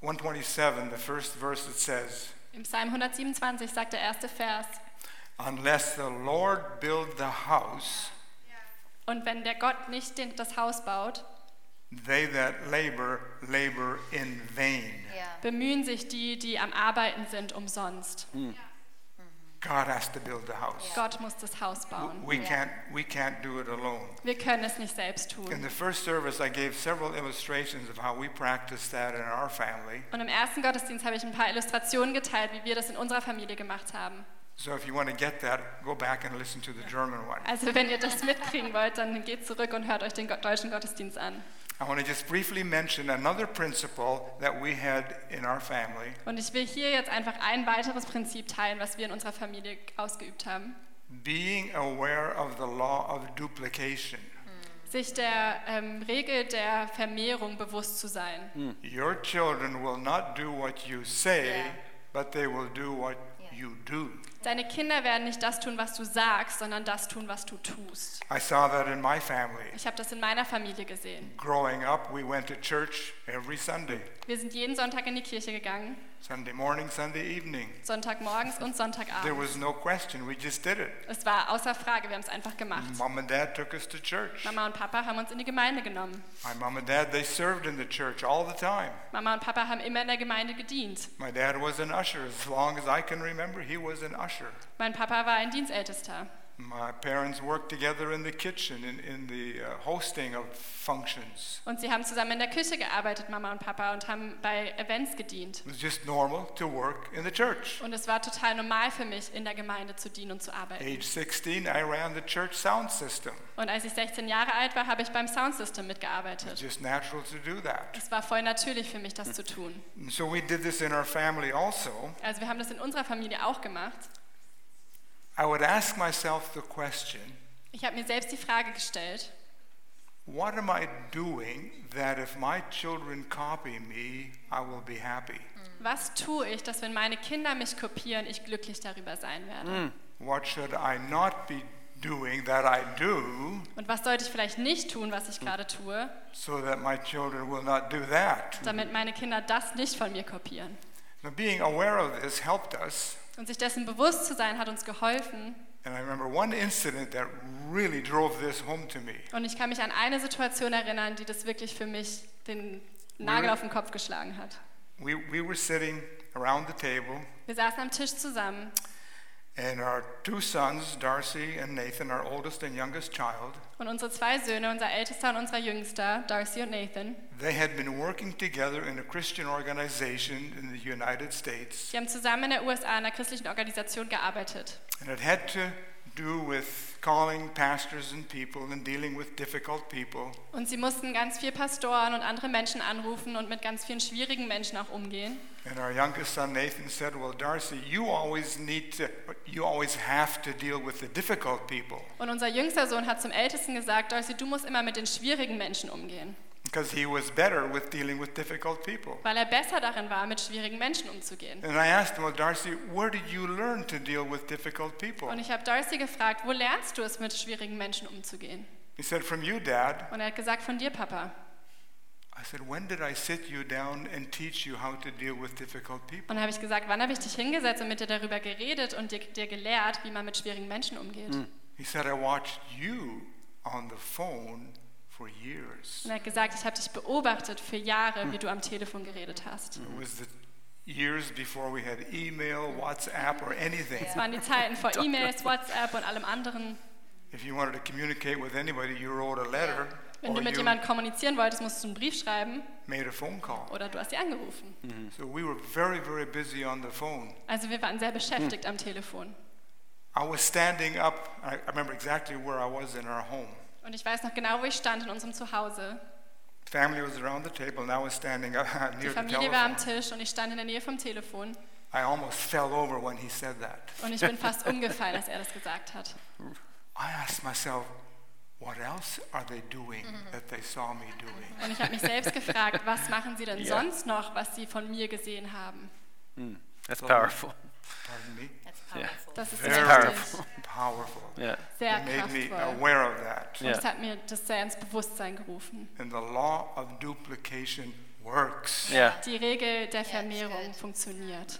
S3: 127, the first verse it says,
S2: Im Psalm 127 sagt der erste Vers,
S3: Unless the Lord build the house,
S2: und wenn der Gott nicht den, das Haus baut,
S3: They that labor, labor in vain.
S2: bemühen sich die, die am Arbeiten sind, umsonst.
S3: God has to build the house.
S2: Gott muss das Haus bauen.
S3: We can't, we can't do it alone.
S2: Wir können es nicht selbst
S3: In
S2: tun.
S3: the first service, I gave several illustrations of how we practice that in our family.
S2: Und im ersten Gottesdienst habe ich ein paar Illustrationen geteilt, wie wir das in unserer Familie gemacht haben.
S3: So if you want to get that, go back and listen to the German one.
S2: Also wenn ihr das mitkriegen wollt, dann geht zurück und hört euch den go- deutschen Gottesdienst an.
S3: I want to just briefly mention another principle that we had in our family.
S2: Und ich will hier jetzt einfach ein weiteres Prinzip teilen, was wir in unserer Familie ausgeübt haben.
S3: Being aware of the law of duplication.
S2: sich der ähm, Regel der Vermehrung bewusst zu sein.
S3: Hm. Your children will not do what you say, but they will do what you do.
S2: Deine Kinder werden nicht das tun, was du sagst, sondern das tun, was du tust.
S3: I saw that in my family.
S2: Ich habe das in meiner Familie gesehen.
S3: Growing up, we went to church every Sunday.
S2: Wir sind jeden Sonntag in die Kirche gegangen.
S3: Sunday morning, Sunday evening.
S2: Sonntagmorgens und
S3: There
S2: Sonntagabends.
S3: was no question. We just did it.
S2: Es war außer Frage, wir haben es einfach gemacht.
S3: Mom and dad took us to church.
S2: Mama und Papa haben uns in die Gemeinde genommen.
S3: My mom and dad, they served in the church all the time.
S2: Mama und Papa haben immer in der Gemeinde gedient.
S3: My dad was an usher. As long as I can remember, he was an usher.
S2: Mein Papa war ein Dienstältester.
S3: My parents worked together in the kitchen, in, in the uh, hosting of functions.
S2: Und sie haben zusammen in der Küche gearbeitet, Mama und Papa, und haben bei Events gedient.
S3: It was just normal to work in the church.
S2: Und es war total normal für mich, in der Gemeinde zu dienen und zu arbeiten.
S3: Age 16, I ran the church sound system.
S2: Und als ich 16 Jahre alt war, habe ich beim Soundsystem
S3: It's
S2: mitgearbeitet.
S3: just natural to do that.
S2: Es war voll natürlich für mich, das zu tun.
S3: And so we did this in our family also.
S2: Also wir haben das in unserer Familie auch gemacht.
S3: I would ask myself the question
S2: Ich habe mir selbst die Frage gestellt,
S3: what am I doing that if my children copy me, I will be happy?
S2: was tue ich, dass wenn meine Kinder mich kopieren, ich glücklich darüber sein werde?
S3: What should I not be doing that I do
S2: Und was sollte ich vielleicht nicht tun, was ich gerade tue,
S3: so that my children will not do that?
S2: damit meine Kinder das nicht von mir kopieren?
S3: Now, being aware of this helped us.
S2: Und sich dessen bewusst zu sein, hat uns geholfen.
S3: And I remember one incident that really drove this home to me.
S2: Und ich kann mich an eine Situation erinnern, die das wirklich für mich den Nagel auf den Kopf geschlagen hat.
S3: We, we were sitting around the table,
S2: Wir saßen am Tisch zusammen
S3: and our two sons, Darcy and Nathan, our oldest and youngest child,
S2: und unsere zwei Söhne, unser ältester und unser jüngster, Darcy und Nathan,
S3: they had been working together in a Christian organization in the United States,
S2: die haben zusammen in der USA in einer christlichen Organisation gearbeitet.
S3: and it had to do with calling pastors and people and dealing with difficult people.
S2: Und sie mussten ganz viel Pastoren und andere Menschen anrufen und mit ganz vielen schwierigen Menschen auch umgehen.
S3: And our youngest son Nathan said, "Well, Darcy, you always need to you always have to deal with the difficult people
S2: Und unser jüngster Sohn hat zum Ältesten gesagt, Darcy, du musst immer mit den schwierigen Menschen umgehen,
S3: because he was better with dealing with difficult people."
S2: weil er besser darin war, mit schwierigen Menschen umzugehen.
S3: And I asked him, "Well, Darcy, where did you learn to deal with difficult people?"
S2: Und ich habe Darcy gefragt, wo lernst du es, mit schwierigen Menschen umzugehen?
S3: He said, "From you, Dad."
S2: Und er hat gesagt, von dir, Papa.
S3: I said, "When did I sit you down and teach you how to deal with difficult people?"
S2: Und habe ich gesagt, wann habe ich dich hingesetzt und mit dir darüber geredet und dir, dir gelehrt, wie man mit schwierigen Menschen umgeht?
S3: He said, I watched you on the phone for years.
S2: Und er hat gesagt, ich habe dich beobachtet für Jahre, wie du am Telefon geredet hast.
S3: It was the years before we had email, WhatsApp, or anything.
S2: Das waren die Zeiten vor E-Mails, WhatsApp und allem anderen.
S3: If you wanted to communicate with anybody, you wrote a letter
S2: Wenn du
S3: or
S2: mit
S3: you
S2: jemandem kommunizieren wolltest, musst du einen Brief schreiben
S3: made a phone call.
S2: oder du hast sie angerufen.
S3: So we were very, very busy on the phone.
S2: Also wir waren sehr beschäftigt am Telefon.
S3: I was standing up, I I remember exactly where I was in our home.
S2: Und ich weiß noch genau, wo ich stand in unserem Zuhause.
S3: Family was around the table, and I was standing up
S2: Die
S3: near the
S2: Familie war am
S3: telephone.
S2: Tisch und ich stand in der Nähe vom Telefon.
S3: I almost fell over when he said that.
S2: Und ich bin fast umgefallen, als er das gesagt hat.
S3: I asked myself, what else are they doing that they saw me doing?
S2: Und ich habe mich selbst gefragt, was machen Sie denn sonst noch, was Sie von mir gesehen haben?
S1: Hmm. That's powerful.
S3: Pardon me?
S5: That's
S1: Yeah.
S5: powerful.
S2: Das ist
S3: Very
S2: sehr
S1: powerful.
S2: wichtig,
S3: Powerful.
S1: Yeah.
S2: sehr
S3: It made me
S2: kraftvoll.
S3: aware of that.
S2: Und
S1: Yeah.
S2: es hat mir das sehr ins Bewusstsein gerufen.
S3: And the law of duplication works.
S1: Yeah.
S2: Die Regel der Vermehrung
S5: good.
S2: funktioniert.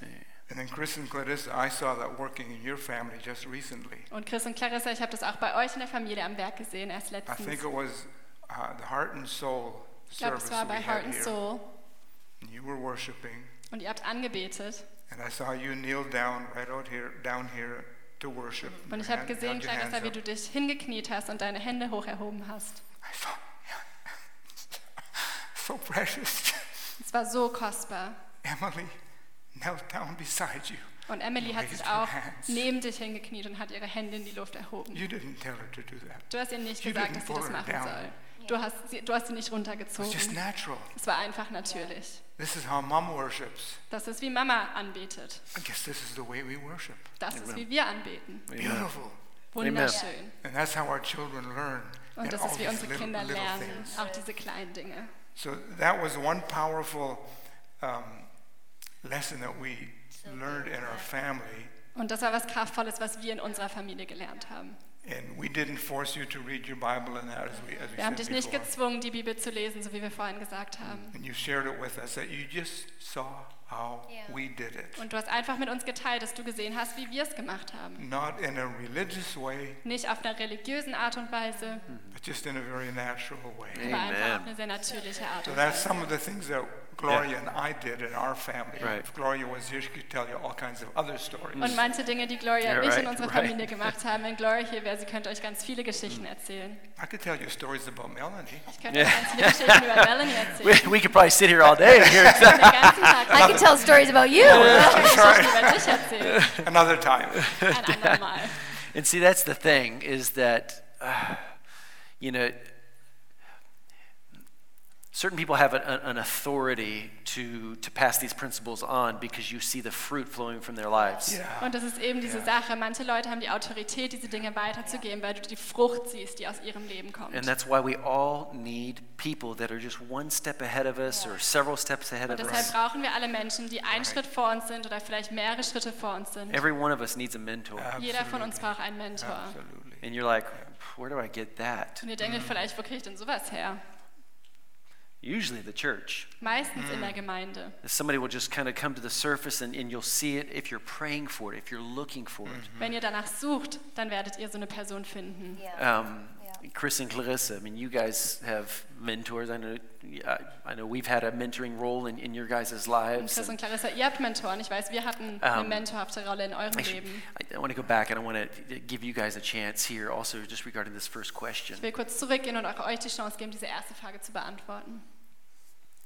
S3: And then Chris and Clarissa, I saw that working in your family just recently.
S2: Und Chris und Clarissa, ich habe das auch bei euch in der Familie am Werk gesehen, erst
S3: I
S2: letztens.
S3: think it was uh, the Heart and Soul
S2: Ich glaube,
S3: service
S2: es war
S3: we
S2: bei
S3: had
S2: Heart and
S3: here.
S2: Soul.
S3: And you were worshiping,
S2: Und ihr habt angebetet.
S3: and I saw you kneel down right out here, down here to worship.
S2: Und
S3: Your
S2: ich habe
S3: hand-
S2: gesehen,
S3: held your hands
S2: Clarissa, wie
S3: up.
S2: du dich hingekniet hast und deine Hände hoch erhoben hast.
S3: I thought, so precious.
S2: Es war so kostbar.
S3: Emily knelt down beside you.
S2: Und Emily hat
S3: Raised
S2: sich
S3: her
S2: auch
S3: hands.
S2: neben dich hingekniet und hat ihre Hände in die Luft erhoben.
S3: You didn't tell her to do that.
S2: Du hast ihr nicht
S3: You
S2: gesagt,
S3: didn't
S2: dass sie das
S3: pull her
S2: machen
S3: down.
S2: soll. Du hast, sie, du hast sie nicht
S3: It was just
S2: runtergezogen.
S3: natural.
S2: Es war einfach natürlich.
S3: This is how mom worships.
S2: Das ist wie Mama anbetet.
S3: I guess this is the way we worship.
S2: Das ist wie wir anbeten.
S1: Yeah.
S3: Beautiful.
S2: Wunderschön.
S3: And that's how our children learn.
S2: Und
S3: in
S2: das
S3: all
S2: ist wie
S3: these
S2: unsere
S3: little,
S2: Kinder
S3: little
S2: lernen,
S3: things.
S2: auch diese kleinen Dinge.
S3: So that was one powerful um, lesson that we learned in our family.
S2: Und das war was Kraftvolles, was wir in unserer Familie gelernt haben.
S3: And we didn't force you to read your Bible and that as we, as we
S2: Wir haben
S3: said
S2: dich nicht
S3: before.
S2: gezwungen, die Bibel zu lesen, so wie wir vorhin gesagt haben.
S3: And you shared it with us that you just saw how
S6: Yeah.
S3: we did it.
S2: Und du hast einfach mit uns geteilt, dass du gesehen hast, wie wir es gemacht haben.
S3: Not in a religious way,
S2: Nicht auf einer religiösen Art und Weise,
S3: but just in a very natural way.
S2: aber einfach
S4: Amen.
S2: auf eine sehr natürliche Art
S3: So
S2: und
S3: that's
S2: Weise.
S3: some of the things that Gloria and I did in our family.
S1: Right.
S3: If Gloria was here, she could tell you all kinds of other stories.
S2: Und manche Dinge, die Gloria
S1: Yeah,
S2: und ich in
S1: right,
S2: unserer
S1: right.
S2: Familie gemacht haben, wenn Gloria hier wäre, sie könnte euch ganz viele Geschichten erzählen.
S3: I could tell you stories about Melanie.
S2: Ich könnte euch ganz viele Geschichten über Melanie erzählen.
S1: We, we could probably sit here all day. and hear it.
S2: Den ganzen Tag
S6: I can tell stories about you.
S2: Geschichten über dich erzählen.
S3: Another time.
S2: Ein andermal.
S1: and see, that's the thing is that, uh, you know, certain people have an, an authority to, to pass these principles on because you see the fruit flowing from their lives.
S3: Yeah.
S2: Und das ist eben diese Sache. Manche Leute haben die Autorität, diese Dinge weiterzugeben, weil du die Frucht siehst, die aus ihrem Leben kommt.
S1: And that's why we all need people that are just one step ahead of us or several steps ahead
S2: Und
S1: of
S2: deshalb
S1: us.
S2: brauchen wir alle Menschen, die einen Schritt vor uns sind oder vielleicht mehrere Schritte vor uns sind.
S1: Every one of us needs a mentor.
S3: Um,
S2: Jeder von uns braucht einen Mentor.
S3: Absolutely.
S1: And you're like, where do I get that?
S2: Und ihr denkt euch vielleicht, wo kriege ich denn sowas her?
S1: Usually the church.
S2: Meistens in der
S1: Mm.
S2: Gemeinde.
S1: Somebody will just kind of come to the surface and, and you'll see it if you're praying for it, if you're looking for it.
S2: Wenn ihr danach sucht, dann werdet ihr so eine Person finden.
S1: Um, Chris and Clarissa, I mean, you guys have mentors. I know, I- I know we've had a mentoring role in, in your guys'
S2: Und
S1: lives.
S2: Chris und
S1: And
S2: Clarissa, ihr habt Mentoren. Ich weiß, wir hatten eine
S1: Ähm,
S2: mentorhafte Rolle in eurem
S1: I, should-
S2: Leben.
S1: I want to go back and I want to give you guys a chance here also just regarding this first question.
S2: Ich will kurz zurückgehen und auch euch die Chance geben, diese erste Frage zu beantworten.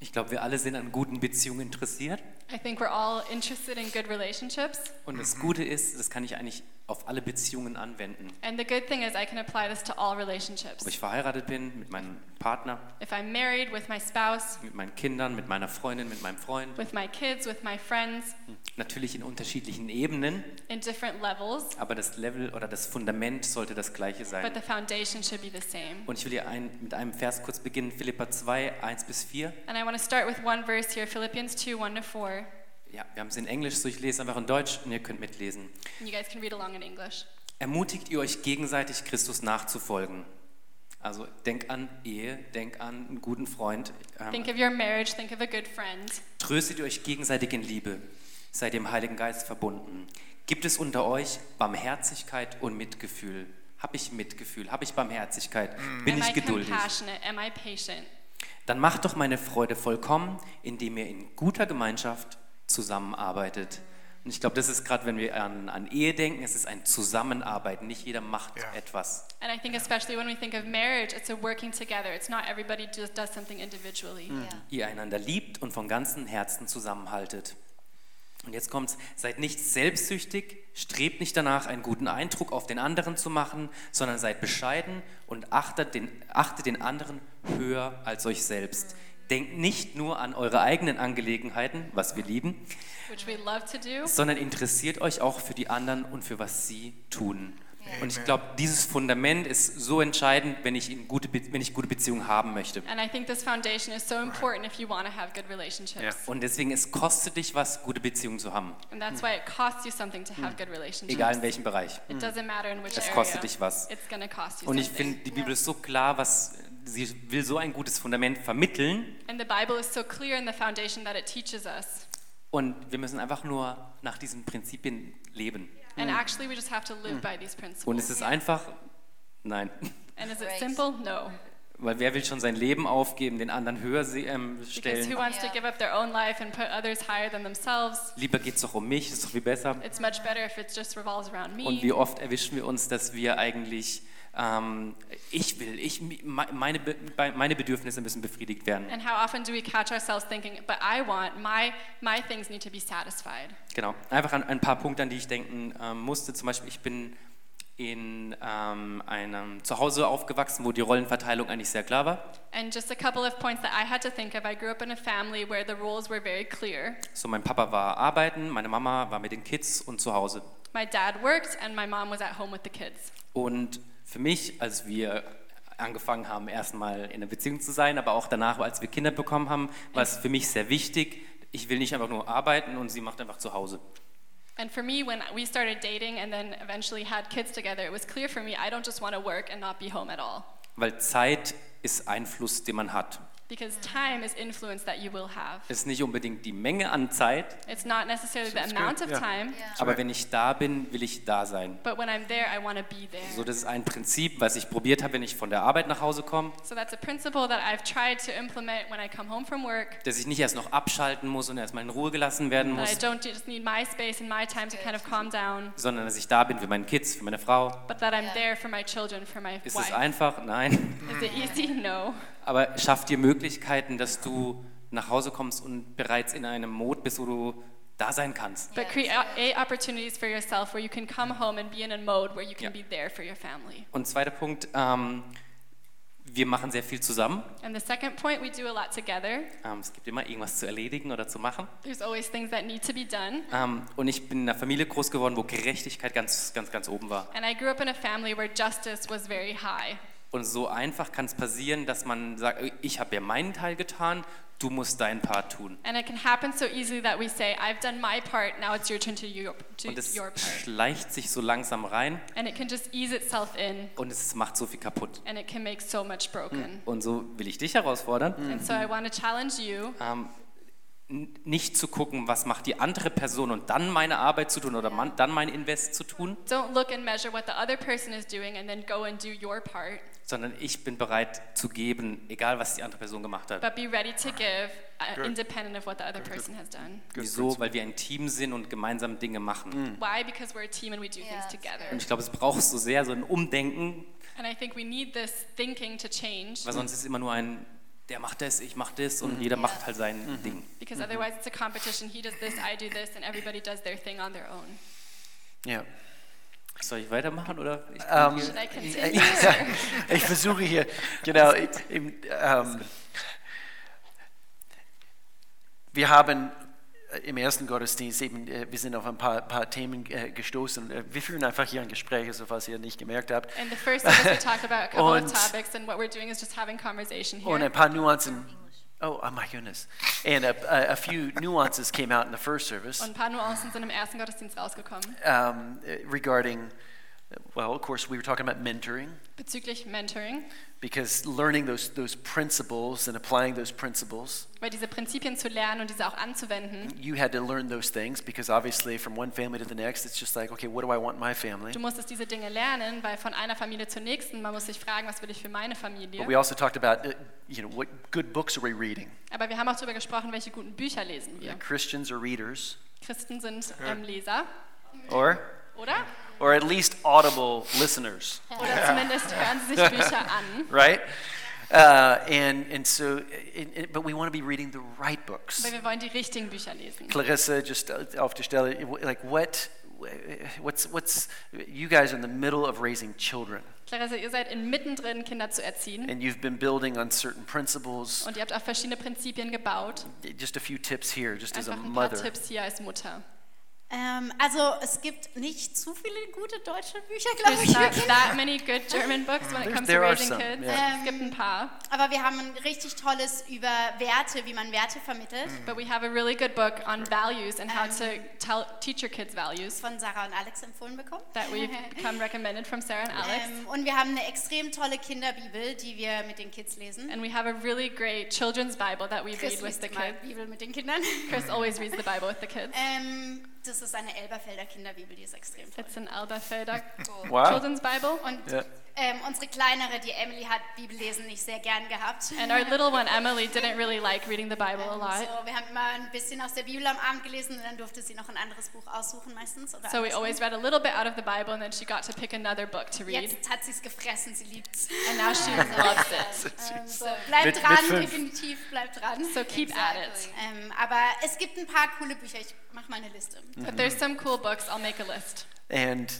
S4: Ich glaube, wir alle sind an guten Beziehungen interessiert.
S2: I think we're all interested in good relationships.
S4: Und das Gute ist, das kann ich eigentlich auf alle Beziehungen anwenden.
S2: And the good thing is I can apply this to all relationships.
S4: Ob ich verheiratet bin, mit meinem Partner,
S2: If I'm married, with my spouse,
S4: mit meinen Kindern, mit meiner Freundin, mit meinem Freund.
S2: with my kids, with my friends,
S4: Natürlich in unterschiedlichen Ebenen,
S2: in different levels,
S4: aber das Level oder das Fundament sollte das gleiche
S2: but
S4: sein.
S2: the foundation should be the same.
S4: Und ich will hier ein, mit einem Vers kurz beginnen, Philippa 2, 1 bis 4.
S2: And I want to start with one verse here, Philippians 2, 1 to 4.
S4: Ja, wir haben es in Englisch, so ich lese einfach in Deutsch und ihr könnt mitlesen.
S2: And you guys can read along in English.
S4: Ermutigt ihr euch gegenseitig, Christus nachzufolgen? Also denk an Ehe, denk an einen guten Freund. Ähm,
S2: Think of your marriage, think of a good friend.
S4: tröstet ihr euch gegenseitig in Liebe. Seid dem Heiligen Geist verbunden. Gibt es unter euch Barmherzigkeit und Mitgefühl? Habe ich Mitgefühl? Habe ich Barmherzigkeit? Bin
S2: Am I
S4: ich geduldig?
S2: compassionate? Am I patient?
S4: Dann macht doch meine Freude vollkommen, indem ihr in guter Gemeinschaft zusammenarbeitet. Und ich glaube, das ist gerade, wenn wir an, an Ehe denken, es ist ein Zusammenarbeiten. Nicht jeder macht
S3: Ja.
S4: etwas.
S2: And I think especially when we think of marriage, it's a working together. It's not everybody just does something individually.
S4: ihr einander liebt und von ganzem Herzen zusammenhaltet. Und jetzt kommt's, seid nicht selbstsüchtig, strebt nicht danach, einen guten Eindruck auf den anderen zu machen, sondern seid bescheiden und achtet den, achtet den anderen höher als euch selbst. Denkt nicht nur an eure eigenen Angelegenheiten, was wir lieben,
S2: which we love to do.
S4: sondern interessiert euch auch für die anderen und für was sie tun. Und ich glaube, dieses Fundament ist so entscheidend, wenn ich, in gute, Be- wenn ich gute Beziehungen haben möchte.
S2: And I think this foundation is so important if you want to have good relationships.
S1: Yeah.
S4: Und deswegen, es kostet dich was, gute Beziehungen zu haben.
S2: And that's why it costs you something to have good relationships.
S4: Mm. Egal in welchem Bereich.
S2: It doesn't matter in which
S4: Es
S2: area.
S4: kostet dich was.
S2: It's going to cost you
S4: Und ich
S2: something.
S4: finde, die Bibel ist so klar, was sie will so ein gutes Fundament vermitteln.
S2: And the Bible is so clear in the foundation that it teaches us.
S4: Und wir müssen einfach nur nach diesen Prinzipien leben.
S2: And actually, we just have to live by these
S4: Mm. Und
S2: principles.
S4: es ist einfach, nein.
S2: And is it
S6: Right. Mm-hmm.
S2: simple? No.
S4: Weil wer will schon sein Leben aufgeben, den anderen höher se- ähm,
S2: Because who
S4: stellen?
S2: wants to
S6: Yeah.
S2: give up their own life and put others higher than themselves?
S4: Lieber geht es doch um mich, ist doch viel besser.
S2: It's much better if it just revolves around me.
S4: Und wie oft erwischen wir uns, dass wir eigentlich, ähm, ich will, ich, mi- me- meine, Be- meine Bedürfnisse müssen befriedigt werden.
S2: and how often do we catch ourselves thinking, but I want, my, my things need to be satisfied.
S4: Genau, einfach an ein paar Punkte, an die ich denken ähm, musste. Zum Beispiel, ich bin in ähm, einem Zuhause aufgewachsen, wo die Rollenverteilung eigentlich sehr klar war.
S2: And just a couple of points that I had to think of. I grew up in a family where the rules were very clear.
S4: So, mein Papa war arbeiten, meine Mama war mit den Kids und zu Hause.
S2: My dad worked, and my mom was at home with the kids.
S4: Und für mich, als wir angefangen haben, erstmal in einer Beziehung zu sein, aber auch danach, als wir Kinder bekommen haben, war es für mich sehr wichtig. Ich will nicht einfach nur arbeiten und sie macht einfach zu Hause.
S2: And for me, when we started dating and then eventually had kids together, it was clear for me I don't just want to work and not be home at all.
S4: Weil Zeit ist Einfluss, den man hat.
S2: because time is influence that you will have.
S4: Es ist nicht unbedingt die Menge an Zeit,
S2: It's not necessarily the
S1: Sounds
S2: amount
S1: good,
S2: of
S1: yeah.
S2: time,
S4: aber wenn ich da bin, will ich da sein.
S2: but when I'm there, I want to be there.
S4: So, das ist ein Prinzip, was ich probiert habe, wenn ich von der Arbeit nach Hause komme,
S2: So that's a principle that I've tried to implement when I come home from work.
S4: dass ich nicht erst noch abschalten muss und erstmal in Ruhe gelassen werden
S2: That I
S4: muss,
S2: don't just need my space and my time to kind of calm down,
S4: sondern dass ich da bin für meine Kids, für meine Frau.
S2: but that I'm
S5: Yeah.
S2: there for my children, for my
S4: Ist es
S2: wife.
S4: einfach? Nein.
S2: Is it easy? No.
S4: Aber schafft dir Möglichkeiten, dass du nach Hause kommst und bereits in einem Mod bist, wo du da sein kannst.
S2: But create opportunities for yourself where you can come home and be in a mode where you can
S4: Yeah.
S2: be there for your family.
S4: Und zweiter Punkt, ähm, wir machen sehr viel zusammen.
S2: And the second point, we do a lot together.
S4: Ähm, es gibt immer irgendwas zu erledigen oder zu machen.
S2: There's always things that need to be done.
S4: Ähm, und ich bin in einer Familie groß geworden, wo Gerechtigkeit ganz, ganz, ganz oben war.
S2: And I grew up in a family where justice was very high.
S4: Und so einfach kann es passieren, dass man sagt, ich habe ja meinen Teil getan, du musst deinen Part tun.
S2: And it can happen so easily that we say, I've done my part, now it's your turn to, your, to
S4: Und es
S2: your part.
S4: schleicht sich so langsam rein
S2: And it can just ease itself in,
S4: und es macht so viel kaputt.
S2: and it can make so much broken.
S4: Und so will ich dich herausfordern,
S2: And so I want to challenge you
S4: ähm, n- nicht zu gucken, was macht die andere Person und dann meine Arbeit zu tun oder man, dann mein Invest zu tun,
S2: don't look and measure what the other person is doing and then go and do your part,
S4: sondern ich bin bereit zu geben, egal was die andere Person gemacht hat.
S2: but be ready to give uh, independent of what the other person has done.
S4: Wieso? Weil wir ein Team sind und gemeinsam Dinge machen.
S2: Why? Because we're a team and we do
S5: Yeah,
S2: things
S5: it's
S2: together.
S4: Und ich glaube, es braucht so sehr so ein Umdenken,
S2: And I think we need this thinking to change
S4: weil sonst ist immer nur ein, der macht das, ich mach das und jeder macht halt sein Ding.
S2: because otherwise it's a competition. He does this, I do this, and everybody does their thing on their own.
S1: Ja.
S4: Soll ich weitermachen oder? Ich
S1: Ähm,
S2: Should I continue?
S1: Ja, ich versuche hier, genau. Im, ähm, wir haben äh, im ersten Gottesdienst eben, äh, wir sind auf ein paar, paar Themen äh, gestoßen. Äh, Wir führen einfach hier ein Gespräch, also falls ihr nicht gemerkt habt.
S2: And the first service we talked about a couple
S1: Und-
S2: of topics, and what we're doing is just having conversation
S1: Und
S2: here.
S1: ein paar Nuancen. Oh, oh my goodness. And a, a, a few nuances came out in the first service.
S2: Und ein paar Nuancen sind im ersten Gottesdienst rausgekommen
S1: um, regarding, well, of course, we were talking about mentoring
S2: bezüglich Mentoring,
S1: because learning those, those principles and applying those principles,
S2: weil diese Prinzipien zu lernen und diese auch anzuwenden.
S1: you had to learn those things because obviously from one family to the next, it's just like, okay, what do I want in my family?
S2: Du musstest diese Dinge lernen, weil von einer Familie zur nächsten, man muss sich fragen, was will ich für meine Familie.
S1: But we also talked about, uh, you know, what good books are we reading?
S2: Aber wir haben auch darüber gesprochen, welche guten Bücher lesen wir.
S1: Christians are readers,
S2: Christen sind ähm, Leser,
S1: or
S2: oder?
S1: or at least audible listeners,
S2: Oder zumindest hören sie sich Bücher an.
S1: right? Uh, and and so, it, it, but we want to be reading the right books.
S2: Weil wir wollen die richtigen Bücher lesen.
S1: Clarissa, just off the Stelle, like what, what's, what's, you guys are in the middle of raising children,
S2: Clarissa, ihr seid inmitten drin, Kinder zu erziehen.
S1: and you've been building on certain principles.
S2: Und ihr habt auch verschiedene Prinzipien gebaut.
S1: Just a few tips here, just as a
S2: Einfach ein paar
S1: mother.
S2: Tipps hier als Mutter.
S5: Ähm, also es gibt nicht zu viele gute deutsche Bücher, glaube ich.
S2: There's
S5: für
S2: not
S5: Kinder.
S2: that many good German books when it
S1: There-
S2: comes to
S1: there are
S2: raising
S1: some,
S2: kids.
S5: yeah.
S2: Es gibt ein paar.
S5: Aber wir haben ein richtig tolles über Werte, wie man Werte vermittelt,
S2: But we have a really good book on values and how to tell, teach your kids values
S5: von Sarah und Alex empfohlen bekommen.
S2: that we've become recommended from Sarah and Alex.
S5: Ähm, und wir haben eine extrem tolle Kinderbibel, die wir mit den Kids lesen.
S2: And we have a really great children's Bible that we read with
S5: Chris liest
S2: the
S5: immer
S2: kids.
S5: Bibel mit den Kindern.
S2: Chris always reads the Bible with the kids.
S5: Ähm, das ist eine Elberfelder Kinderbibel, die ist extrem toll.
S2: It's an Elberfelder
S1: Wow.
S2: children's Bible.
S5: Und
S1: Ja.
S5: ähm, unsere kleinere, die Emily, hat Bibellesen nicht sehr gern gehabt. Ähm,
S2: And our little one, Emily, didn't really like reading the Bible a lot.
S5: So, wir haben immer ein bisschen aus der Bibel am Abend gelesen und dann durfte sie noch ein anderes Buch aussuchen meistens. Oder
S2: So we
S5: andersrum.
S2: always read a little bit out of the Bible and then she got to pick another book to read.
S5: Jetzt hat sie es gefressen, sie liebt's.
S2: And now she loves it.
S5: Ähm, so, bleibt
S1: Mit- mit
S5: dran,
S1: fünf.
S5: definitiv, bleibt dran.
S2: So keep at it.
S5: Ähm, aber es gibt ein paar coole Bücher, ich mache mal eine Liste.
S2: But there's some cool books. I'll make a list.
S1: And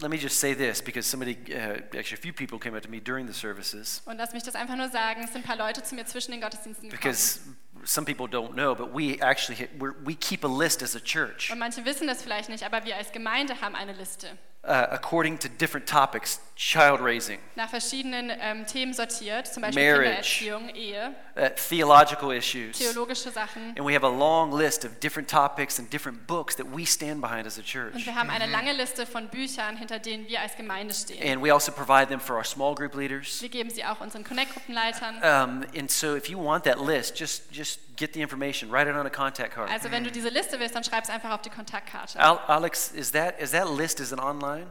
S1: let me just say this because somebody, uh, actually, a few people came up to me during the services
S2: Und lass mich das einfach nur sagen, es sind ein paar Leute zu mir zwischen den Gottesdiensten gekommen.
S1: because some people don't know, but we actually we're, we keep a list as a church.
S2: Um, Und manche wissen das vielleicht nicht, aber wir als Gemeinde haben eine Liste.
S1: uh, according to different topics child raising,
S2: nach verschiedenen ähm, Themen sortiert, zum Beispiel
S1: Marriage.
S2: Kindererziehung, Ehe,
S1: uh, theological issues.
S2: theologische Sachen.
S1: And we have a long list of different topics and different books that we stand behind as a
S2: Und
S1: church.
S2: wir haben eine lange Liste von Büchern, hinter denen wir als Gemeinde stehen.
S1: And we also provide them for our small group leaders.
S2: Wir geben sie auch unseren Connect-Gruppenleitern.
S1: Um, and so if you want that list, just, just get the information, write it on a contact card.
S2: Also wenn du diese Liste willst, dann schreib es einfach auf die Kontaktkarte.
S1: Al- Alex, is that, is that list, is it online?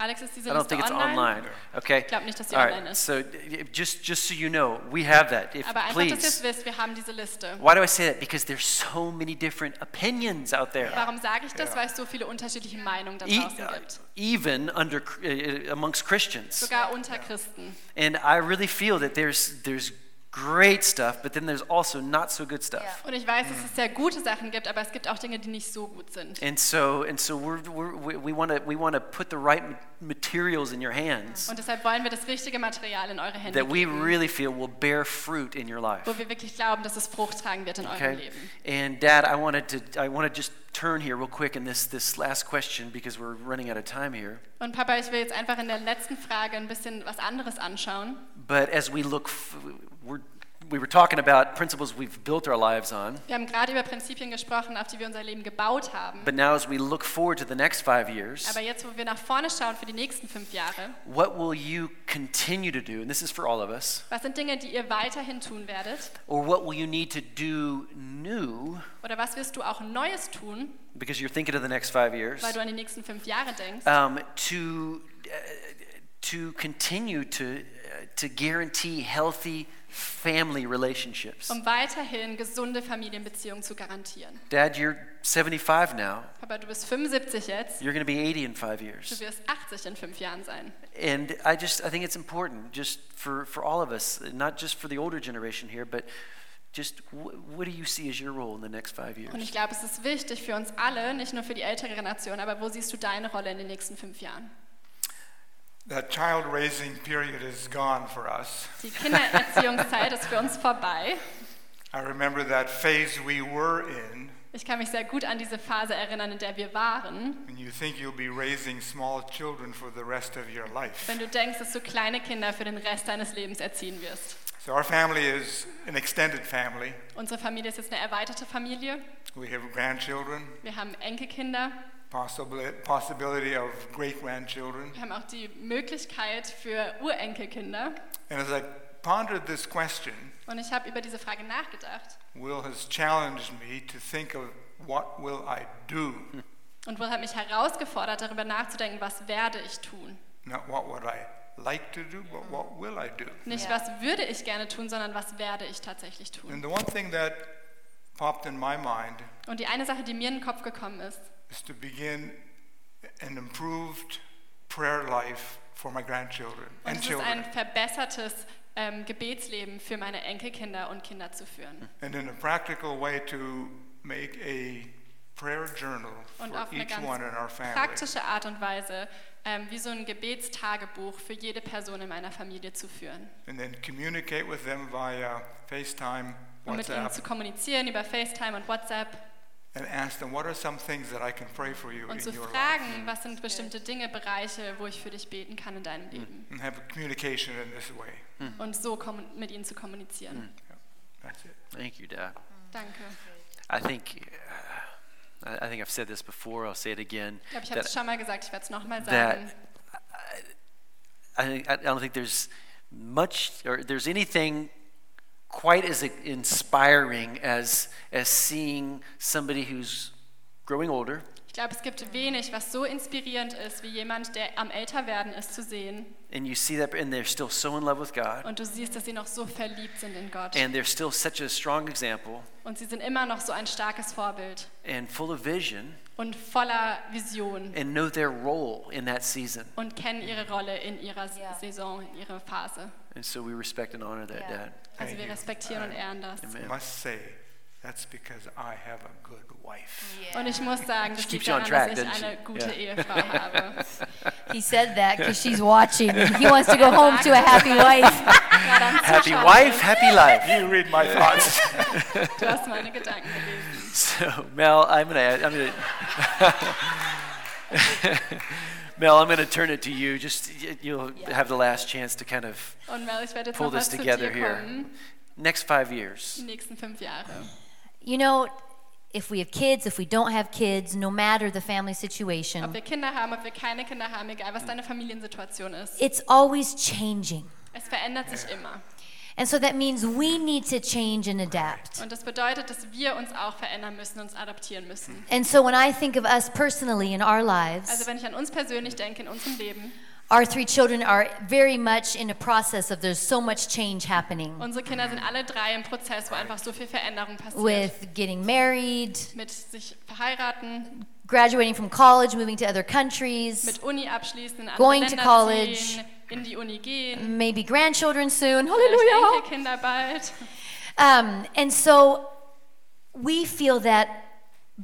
S2: Alex, ist diese
S1: I don't
S2: Liste
S1: think it's
S2: online?
S1: online. Okay.
S2: glaub nicht, dass die
S1: All
S2: online Ah, ist.
S1: So d- just, just so you know, we have that. If,
S2: Aber einfach, dass ihr es
S1: please.
S2: wisst, wir haben diese Liste.
S1: Why do I say that? Because there's so many different opinions out there.
S2: Warum sage ich das? Weil es so viele unterschiedliche Meinungen da
S1: E-
S2: draußen
S1: uh,
S2: gibt.
S1: even under cr- uh, amongst Christians.
S2: Sogar unter Christen.
S1: And I really feel that there's there's great stuff, but then there's also not so good stuff.
S2: Und ich weiß, dass es sehr gute Sachen gibt, aber es gibt auch Dinge, die nicht so gut sind.
S1: And so and so we're, we're, we- we want to we want to put the right ma- materials in your hands
S2: Und deshalb wollen wir das richtige Material in eure Hände
S1: that we
S2: geben,
S1: really feel will bear fruit in your life.
S2: wo wir wirklich glauben, dass es Frucht tragen wird in eurem
S1: Okay.
S2: Leben.
S1: And Dad, I wanted to I want to just turn here real quick in this this last question because we're running out of time here.
S2: Und Papa, ich will jetzt einfach in der letzten Frage ein bisschen was anderes anschauen.
S1: But as we look, f- we're we were talking about principles we've built our lives on.
S2: Wir haben gerade über Prinzipien gesprochen, auf die wir unser Leben gebaut haben.
S1: But now, as we look forward to the next five years,
S2: Aber jetzt, wo wir nach vorne schauen für die nächsten fünf Jahre,
S1: what will you continue to do? And this is for all of us.
S2: was sind Dinge, die ihr weiterhin tun werdet?
S1: Or what will you need to do new
S2: Oder was wirst du auch Neues tun,
S1: because you're thinking of the next five years
S2: weil du an die nächsten fünf Jahre denkst,
S1: um, to uh, to continue to uh, to guarantee healthy family relationships?
S2: um weiterhin gesunde Familienbeziehungen zu garantieren?
S1: Dad, you're 75 now.
S2: Papa, du bist 75 jetzt,
S1: You're going to be 80 in five
S2: du
S1: years.
S2: wirst 80 in fünf Jahren sein.
S1: And I just I think it's important just for for all of us, not just for the older generation here, but just wh- what do you see as your role in the next five years?
S2: Und ich glaube, es ist wichtig für uns alle, nicht nur für die ältere Generation, aber wo siehst du deine Rolle in den nächsten fünf Jahren?
S3: That child raising period is gone for us.
S2: Die Kindererziehungszeit ist für uns vorbei.
S3: I remember that phase we were in
S2: Ich kann mich sehr gut an diese Phase erinnern, in der wir waren.
S3: when you think you'll be raising small children for the rest of your life.
S2: Wenn du denkst, dass du kleine Kinder für den Rest deines Lebens erziehen wirst.
S3: So, our family is an extended family.
S2: Unsere Familie ist jetzt eine erweiterte Familie.
S3: We have grandchildren,
S2: Wir haben Enkelkinder.
S3: possibly, possibility of great grandchildren.
S2: Wir haben auch die Möglichkeit für Urenkelkinder.
S3: And as I pondered this question,
S2: Und ich habe über diese Frage nachgedacht.
S3: Will has challenged me to think of what will I do,
S2: Hmm. Und Will hat mich herausgefordert, darüber nachzudenken, was werde ich tun?
S3: not what would I like to do, but what will I do.
S2: Nicht, was würde ich gerne tun, sondern was werde ich tatsächlich
S3: And
S2: tun?
S3: the one thing that popped in my mind
S2: Und die eine Sache, die mir in den Kopf gekommen ist,
S3: is to begin an improved prayer life for my grandchildren
S2: und
S3: and
S2: es ist ein
S3: children.
S2: verbessertes ähm, Gebetsleben für meine Enkelkinder und Kinder zu führen.
S3: And in a practical way, to make a prayer journal
S2: Und
S3: for
S2: auf eine
S3: each
S2: ganz
S3: one in our family.
S2: praktische Art und Weise, ähm, wie so ein Gebetstagebuch für jede Person in meiner Familie zu führen.
S3: And then communicate with them via FaceTime,
S2: Um mit ihnen zu
S3: WhatsApp,
S2: kommunizieren über FaceTime und WhatsApp
S3: and ask them, what are some things that I can pray for you
S2: und zu
S3: in your life? Hm.
S2: fragen, was sind bestimmte Dinge, Bereiche, wo ich für dich beten kann in
S3: Hm.
S2: deinem Leben.
S3: And have a communication in this way.
S2: Und so kommun- mit ihnen zu kommunizieren.
S3: Hm. That's it.
S1: Thank you, Dad.
S2: Danke.
S1: I think uh, I I think I've said this before. I'll say it again.
S2: Ich glaube, ich habe es
S1: That,
S2: schon mal gesagt, ich werde es nochmal sagen.
S1: that I, think- I don't think there's much or there's anything quite as inspiring as as seeing somebody who's growing older
S2: Ich glaube, es gibt wenig, was so inspirierend ist, wie jemand, der am Älterwerden ist, zu sehen.
S1: and you see that and they're still so in love with God
S2: Und du siehst, dass sie noch so verliebt sind in Gott.
S1: and they're still such a strong example
S2: Und sie sind immer noch so ein starkes Vorbild
S1: and full of vision
S2: und voller Vision
S1: and know their role in that season.
S2: und kennen ihre Rolle in ihrer S-
S6: Ja.
S2: Saison, in ihrer Phase.
S1: And so we respect and honor that,
S6: Yeah.
S1: Dad.
S2: Also
S3: Thank
S2: wir
S3: you.
S2: respektieren und ehren das.
S1: Amen.
S3: I must say, that's because I have a good wife.
S2: Und ich muss sagen, das
S1: She
S2: liegt
S1: keeps you on
S2: daran,
S1: track,
S2: dass ich
S1: doesn't
S2: eine
S1: she?
S2: gute
S1: Yeah.
S2: Ehefrau habe.
S6: He said that because she's watching. He wants to go home to a happy wife.
S1: Happy wife, happy life.
S3: You read my thoughts.
S2: Du hast meine Gedanken gelesen.
S1: So Mel, I'm gonna, I'm gonna, Mel, I'm going to turn it to you. Just y- you'll have the last chance to kind of
S2: Und Mel, ich werde jetzt
S1: pull
S2: noch
S1: this
S2: was zu dir
S1: together here.
S2: kommen.
S1: Next five years.
S2: Die nächsten fünf Jahre.
S6: You know, if we have kids, if we don't have kids, no matter the family
S2: Ob
S6: situation,
S2: wir Kinder haben, ob wir keine Kinder haben, egal was deine Familiensituation ist.
S6: it's always changing.
S2: Es verändert sich immer.
S6: And so that means we need to change and adapt.
S2: Und das bedeutet, dass wir uns auch verändern müssen, uns adaptieren müssen.
S6: And so when I think of us personally in our
S2: Also
S6: lives,
S2: wenn ich an uns persönlich denke, in unserem Leben,
S6: our three children are very much in a process of there's so much change happening
S2: unsere Kinder sind alle drei im Prozess, wo einfach so viel Veränderung passiert.
S6: with getting married,
S2: Mit sich verheiraten,
S6: graduating from college, moving to other countries,
S2: mit Uni abschließen, in andere
S6: Going to
S2: Länder
S6: college.
S2: ziehen, in die Uni gehen,
S6: maybe grandchildren soon.
S2: vielleicht
S6: Hallelujah.
S2: Enkelkinder bald.
S6: Um, and so we feel that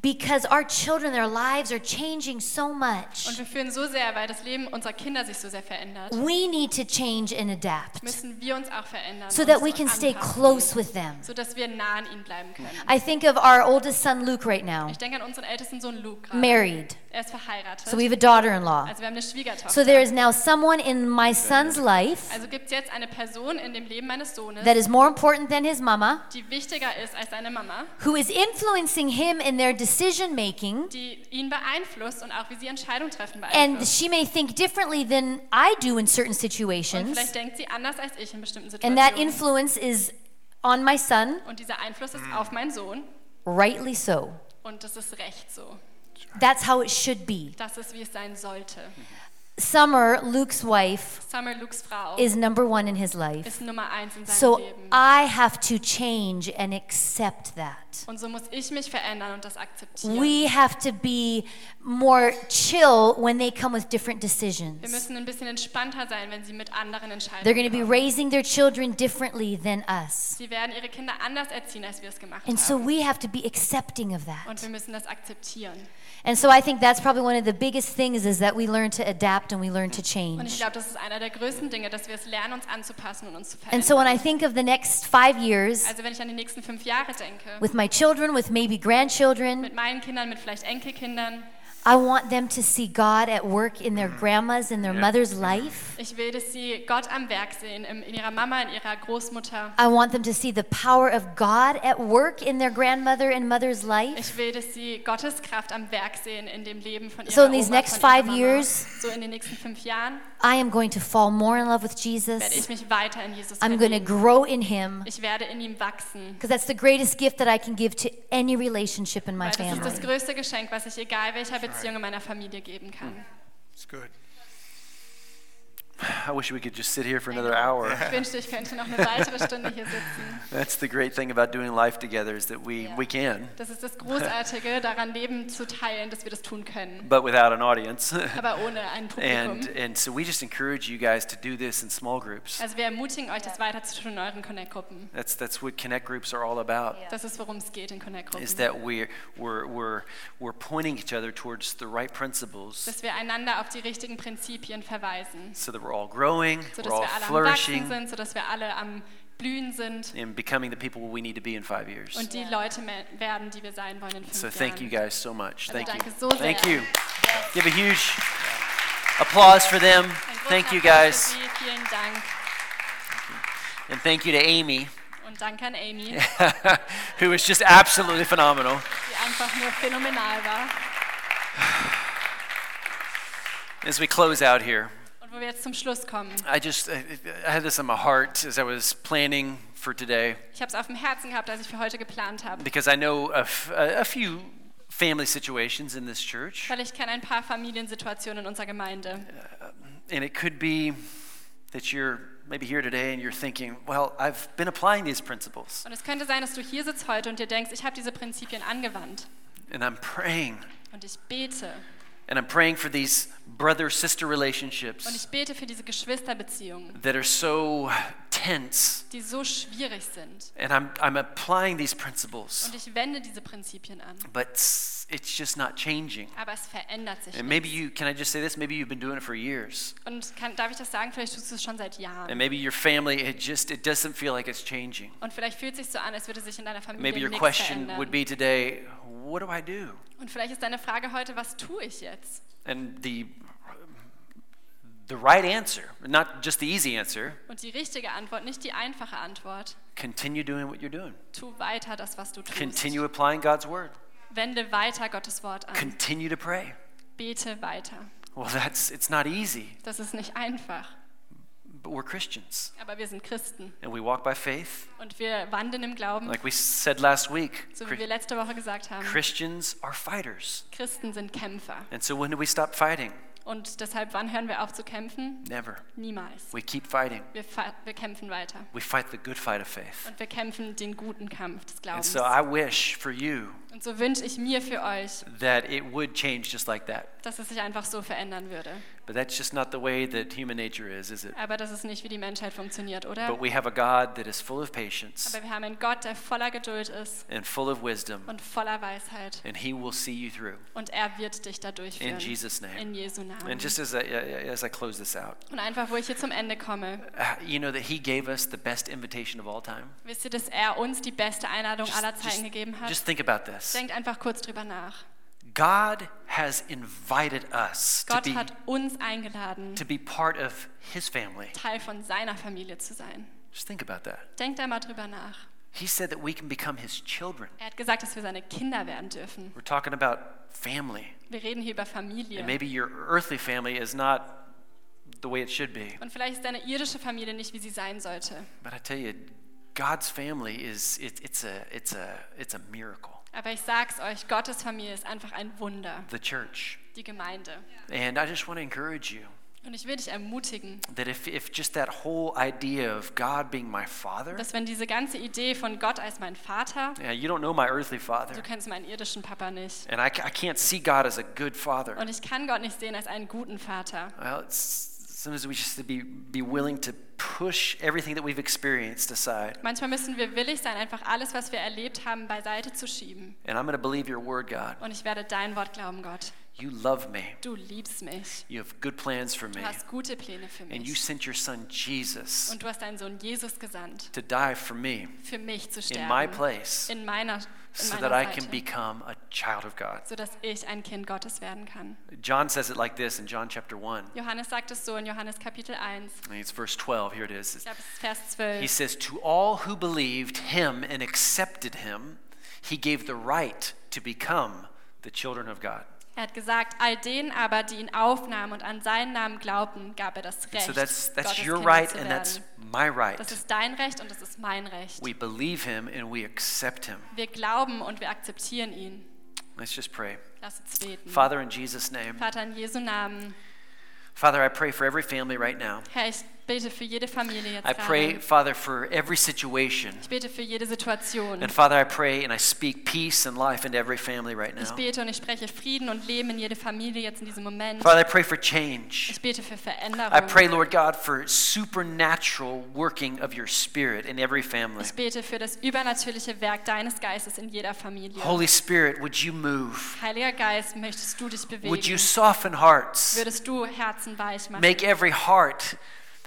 S6: because our children, their lives are changing so
S2: Und
S6: much,
S2: wir fühlen so sehr, weil das Leben unserer Kinder sich so sehr verändert,
S6: we need to change and adapt
S2: müssen wir uns auch verändern.
S6: so that
S2: uns
S6: we can stay
S2: anpassen,
S6: close with them.
S2: So dass wir nah an ihnen bleiben können.
S6: I think of our oldest son, Luke, right now,
S2: Ich denke an unseren ältesten Sohn Luke. gerade.
S6: married.
S2: Er ist verheiratet.
S6: So we have a daughter in law.
S2: also wir haben eine Schwiegertochter.
S6: So there is now someone in my son's life
S2: also gibt es jetzt eine Person in dem Leben meines Sohnes,
S6: that is more important than his mama,
S2: die wichtiger ist als seine Mama,
S6: who is influencing him in their decision making.
S2: die ihn beeinflusst und auch wie sie Entscheidungen treffen
S6: And
S2: beeinflusst.
S6: she may think differently than I do in certain
S2: und
S6: situations.
S2: vielleicht denkt sie anders als ich in bestimmten
S6: And that
S2: Situationen.
S6: influence is on my son,
S2: und dieser Einfluss ist auf meinen Sohn
S6: rightly so.
S2: und das ist recht so.
S6: That's how it should be.
S2: Das ist, wie es sein sollte.
S6: Summer, Luke's wife,
S2: Summer Lukes Frau
S6: is number one in his life.
S2: ist Nummer eins in seinem
S6: So
S2: Leben.
S6: I have to change and accept that.
S2: Und so muss ich mich verändern und das akzeptieren.
S6: We have to be more chill when they come with different
S2: Wir
S6: decisions.
S2: müssen ein bisschen entspannter sein, wenn sie mit anderen entscheiden.
S6: They're going to be raising their children differently than us.
S2: Sie werden ihre Kinder anders erziehen, als wir es gemacht
S6: And so
S2: haben.
S6: we have to be accepting of
S2: Und
S6: that.
S2: wir müssen das akzeptieren.
S6: And so I think that's probably one of the biggest things is that we learn to adapt and we learn to
S2: Und ich
S6: change.
S2: glaube, das ist einer der größten Dinge, dass wir es lernen, uns anzupassen und uns zu verändern.
S6: And so when I think of the next five years
S2: also wenn ich an die nächsten fünf Jahre denke,
S6: with my children, with maybe grandchildren,
S2: mit meinen Kindern, mit vielleicht Enkelkindern,
S6: I want them to see God at work in their grandma's and their mother's life.
S2: ich will, dass sie Gott am Werk sehen, im- in ihrer Mama, in ihrer Großmutter.
S6: I want them to see the power of God at work in their grandmother and mother's life.
S2: Ich will, dass sie Gottes Kraft am Werk sehen in dem Leben von ihrer
S6: So in these
S2: Oma,
S6: next
S2: von ihrer
S6: five
S2: Mama.
S6: years-
S2: so in den nächsten fünf Jahren
S6: I am going to fall more in love with
S2: werde ich
S6: Jesus.
S2: mich weiter in Jesus
S6: I'm going to
S2: verlieben.
S6: grow in Him
S2: Ich werde in ihm wachsen.
S6: because that's the greatest gift that I can give to any relationship in my
S2: Weil das ist das
S6: family.
S2: größte Geschenk, was ich egal welcher Beziehung in meiner Familie geben kann.
S3: It's good.
S1: I wish we could just sit here for another hour.
S2: Ich wünschte, ich könnte noch eine weitere Stunde hier sitzen.
S1: That's the great thing about doing life together is that we, we can,
S2: Das ist das Großartige, daran Leben zu teilen, dass wir das tun können.
S1: but without an audience.
S2: Aber ohne ein
S1: and
S2: Publikum.
S1: and so we just encourage you guys to do this in small groups.
S2: Also wir ermutigen euch, das weiter zu tun in euren Connect-Gruppen.
S1: That's that's what connect groups are all about.
S2: Das ist, worum es geht in
S1: Is
S2: Connect-Gruppen.
S1: that we're we're we're we're pointing each other towards the right principles
S2: Dass wir einander auf die richtigen Prinzipien verweisen.
S1: so that we're all growing,
S2: Sodass
S1: we're all
S2: wir alle am Wachsen
S1: flourishing
S2: sind, sodass wir alle am Blühen sind
S1: and becoming the people we need to be in 5 years.
S2: und die Leute me- werden, die wir sein wollen in fünf
S1: So
S2: Jahren.
S1: thank you guys so much.
S2: Also
S1: Thank you.
S2: danke so
S1: Thank
S2: sehr.
S1: you. Give a huge applause for them.
S2: Einen großen
S1: Thank you
S2: Applaus
S1: guys.
S2: für Sie. Vielen Dank
S1: And thank you to Amy,
S2: und danke an Amy,
S1: who was just absolutely phenomenal.
S2: die einfach nur phänomenal war.
S1: As we close out here,
S2: Und wo wir jetzt zum Schluss kommen.
S1: I just I, I had this in my heart as I was planning for today
S2: Ich habe es auf dem Herzen gehabt, als ich für heute geplant habe,
S1: because I know a, f- a a few family situations in this church,
S2: weil ich kenne ein paar Familiensituationen in unserer Gemeinde.
S1: and it could be that you're maybe here today and you're thinking, well, I've been applying these principles
S2: Und es könnte sein, dass du hier sitzt heute und dir denkst, ich habe diese Prinzipien angewandt.
S1: and I'm praying
S2: Und ich bete.
S1: And I'm praying for these brother sister
S2: Und
S1: relationships
S2: ich bete für diese Geschwisterbeziehungen,
S1: that are so tense.
S2: die so schwierig sind.
S1: And I'm, I'm applying these principles,
S2: Und ich wende diese Prinzipien an.
S1: but s- it's just not changing.
S2: Aber es verändert sich.
S1: And
S2: nicht.
S1: maybe you, can I just say this? Maybe you've been doing it for years.
S2: Und kann, darf ich das sagen? Vielleicht tust du es schon seit
S1: And
S2: Jahren.
S1: maybe your family, it just, it doesn't feel like it's changing.
S2: Und vielleicht fühlt es sich so an, als würde sich in deiner Familie
S1: Maybe your
S2: nichts
S1: question
S2: verändern.
S1: would be today, what do I do?
S2: Und Und vielleicht ist deine Frage heute, was tue ich jetzt?
S1: And the the right answer, not just the easy answer,
S2: Und die richtige Antwort, nicht die einfache Antwort.
S1: continue doing what you're doing.
S2: Tu weiter das, was du tust.
S1: Continue applying God's word.
S2: Wende weiter Gottes Wort an.
S1: Continue to pray.
S2: Bete weiter.
S1: Well, that's it's not easy,
S2: Das ist nicht einfach,
S1: but we're Christians
S2: aber wir sind Christen
S1: and we walk by faith.
S2: und wir wandeln im Glauben,
S1: Like we said last week,
S2: Mm. so wie
S1: Chris-
S2: wir letzte Woche gesagt haben.
S1: Christians are fighters.
S2: Christen sind Kämpfer
S1: And so when do we stop fighting?
S2: und deshalb wann hören wir auf zu kämpfen?
S1: Never.
S2: Niemals.
S1: We keep fighting.
S2: Wir, fa- wir kämpfen weiter
S1: We fight the good fight of faith.
S2: und wir kämpfen den guten Kampf des
S1: And
S2: Glaubens.
S1: so I wish for you
S2: Und so wünsche ich mir für euch,
S1: that it would change just like that.
S2: dass es sich einfach so verändern würde.
S1: But that's just not the way that human nature is, is it?
S2: Aber das ist nicht, wie die Menschheit funktioniert, oder?
S1: But we have a God that is full of patience
S2: Aber wir haben einen Gott, der voller Geduld ist
S1: and full of wisdom,
S2: und voller Weisheit.
S1: and He will see you through.
S2: Und er wird dich da durchführen.
S1: In Jesus' name.
S2: In Jesu
S1: And
S2: Namen.
S1: just as I, as I close this out,
S2: Und einfach, wo ich hier zum Ende komme,
S1: uh, you know that He gave us the best invitation of all time.
S2: wisst ihr, dass er uns die beste Einladung aller Zeiten gegeben hat?
S1: just think about this.
S2: Denkt einfach kurz drüber nach.
S1: God has invited us to
S2: Gott
S1: be,
S2: hat uns eingeladen,
S1: to be part of His family.
S2: Teil von seiner Familie zu sein.
S1: Just think about that.
S2: Denkt einmal drüber nach.
S1: He said that we can become His children.
S2: Er hat gesagt, dass wir seine Kinder werden dürfen.
S1: We're talking about family.
S2: Wir reden hier über
S1: And
S2: Familie.
S1: maybe your earthly family is not the way it should be.
S2: Und vielleicht ist deine irdische Familie nicht, wie sie sein sollte.
S1: But I tell you, God's family is it, it's a it's a it's a miracle.
S2: Aber ich sag's euch, Gottes Familie ist einfach ein Wunder,
S1: The church.
S2: die Gemeinde.
S1: And I just want to encourage you
S2: Und ich will dich ermutigen,
S1: that if, if just that whole idea of God being my father,
S2: dass wenn diese ganze Idee von Gott als mein Vater,
S1: yeah, you don't know my earthly
S2: du
S1: father,
S2: kennst meinen irdischen Papa nicht.
S1: and I, ca- I can't see God as a good father.
S2: Und ich kann Gott nicht sehen als einen guten Vater.
S1: Well, it's, sometimes we just be be willing to push everything that we've experienced aside.
S2: Manchmal müssen wir willig sein, einfach alles, was wir erlebt haben, beiseite zu schieben.
S1: And I'm going to believe your word, God.
S2: Und ich werde dein Wort glauben, Gott.
S1: You love me.
S2: Du liebst mich.
S1: You have good plans for me.
S2: Du hast gute Pläne für
S1: And you
S2: mich.
S1: sent your son Jesus
S2: Und du hast deinen Sohn Jesus gesandt,
S1: to die for me
S2: für mich zu
S1: in my
S2: sterben.
S1: place
S2: In meiner, in
S1: so
S2: meiner
S1: that I can
S2: Seite.
S1: become a child of God.
S2: Sodass ich ein Kind Gottes werden kann.
S1: John says it like this in John chapter 1.
S2: Johannes sagt es so in Johannes Kapitel 1.
S1: And it's verse 12. Here it is.
S2: Ich glaube, es ist Vers
S1: He
S2: 12.
S1: says, To all who believed him and accepted him, he gave the right to become the children of God.
S2: Er hat gesagt, all denen aber, die ihn aufnahmen und an seinen Namen glaubten, gab er das
S1: And
S2: Recht,
S1: so that's, that's
S2: Gottes
S1: your
S2: Kinder
S1: right
S2: zu
S1: and that's
S2: werden.
S1: my right.
S2: Das ist dein Recht und das ist mein Recht.
S1: We believe him and we accept him.
S2: Wir glauben und wir akzeptieren ihn.
S1: Let's just pray.
S2: Lass uns beten.
S1: Father, in Jesus' name,
S2: Vater in Jesu Namen,
S1: Father, I pray for every family right now.
S2: Herr, ich bete für jede Familie jetzt
S1: I pray,
S2: gerade.
S1: Father, for every situation.
S2: Ich bete für jede Situation.
S1: And Father, I pray and I speak peace and life into every family right
S2: Ich
S1: now.
S2: bete und ich spreche Frieden und Leben in jede Familie jetzt in diesem Moment.
S1: Father, I pray for change.
S2: Ich bete für
S1: I pray,
S2: Veränderung.
S1: Lord God, for supernatural working of your spirit in every family.
S2: Ich bete für das übernatürliche Werk deines Geistes in jeder Familie.
S1: Holy Spirit, would you move?
S2: Heiliger Geist, möchtest du dich bewegen?
S1: Would you soften hearts?
S2: Würdest du Herzen weich machen?
S1: Make every heart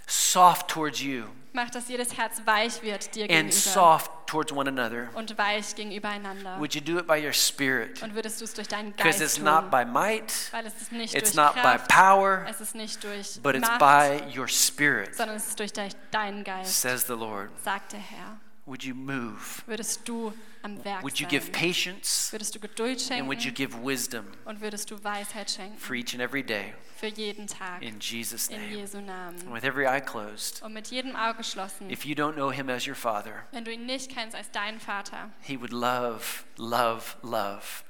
S1: soft towards you
S2: Mach, dass jedes Herz weich wird dir
S1: and
S2: gegenüber
S1: soft towards one another.
S2: und weich gegenüber einander.
S1: Would you do it by your spirit?
S2: Und würdest du es durch deinen
S1: Because
S2: Geist
S1: it's
S2: tun?
S1: not by might,
S2: weil es ist nicht
S1: it's
S2: durch
S1: not by
S2: Kraft,
S1: power,
S2: es ist nicht durch
S1: but it's
S2: Macht,
S1: by your spirit,
S2: sondern es ist durch de- deinen Geist,
S1: says the Lord.
S2: sagt der Herr.
S1: Would you move?
S2: Würdest du am Werk
S1: Would you
S2: sein?
S1: give patience?
S2: würdest du Geduld
S1: And
S2: schenken
S1: would you give wisdom
S2: und würdest du Weisheit schenken
S1: for each and every day
S2: für jeden Tag
S1: in Jesus'
S2: in
S1: name?
S2: Jesu Namen.
S1: And with every eye closed,
S2: Und mit jedem Auge geschlossen,
S1: if you don't know him as your father,
S2: wenn du ihn nicht kennst als deinen Vater,
S1: he would love, love, love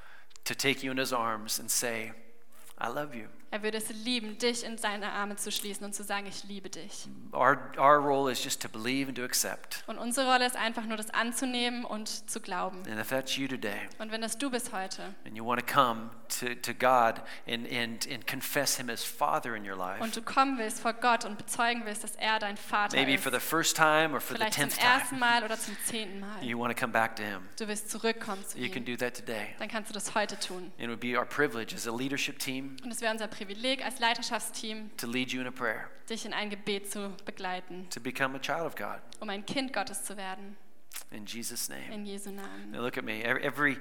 S1: to take you in his arms and say, I love you.
S2: er würde es lieben, dich in seine Arme zu schließen und zu sagen, ich liebe dich.
S1: Our, our role is just to believe and to accept.
S2: Und unsere Rolle ist einfach nur, das anzunehmen und zu glauben.
S1: And if that's you today,
S2: Und wenn das du bist heute
S1: and you want to come to, to God and, and, and confess him as father in your
S2: und
S1: life,
S2: du kommen willst vor Gott und bezeugen willst, dass er dein Vater
S1: maybe
S2: ist,
S1: for the first time or for the
S2: vielleicht zum
S1: tenth
S2: ersten
S1: time,
S2: Mal oder zum zehnten Mal,
S1: you want to come back to him,
S2: du willst zurückkommen zu
S1: you can do
S2: ihm,
S1: that today.
S2: dann kannst du das heute tun.
S1: It would be our privilege as a leadership team
S2: Und es wäre unser Privileg als Leiterschaftsteam,
S1: to lead you in a prayer
S2: dich in ein Gebet zu begleiten,
S1: to become a child of God.
S2: um ein Kind Gottes zu werden.
S1: in Jesus' name.
S2: in Jesu Namen.
S1: Now look at me. Every, every,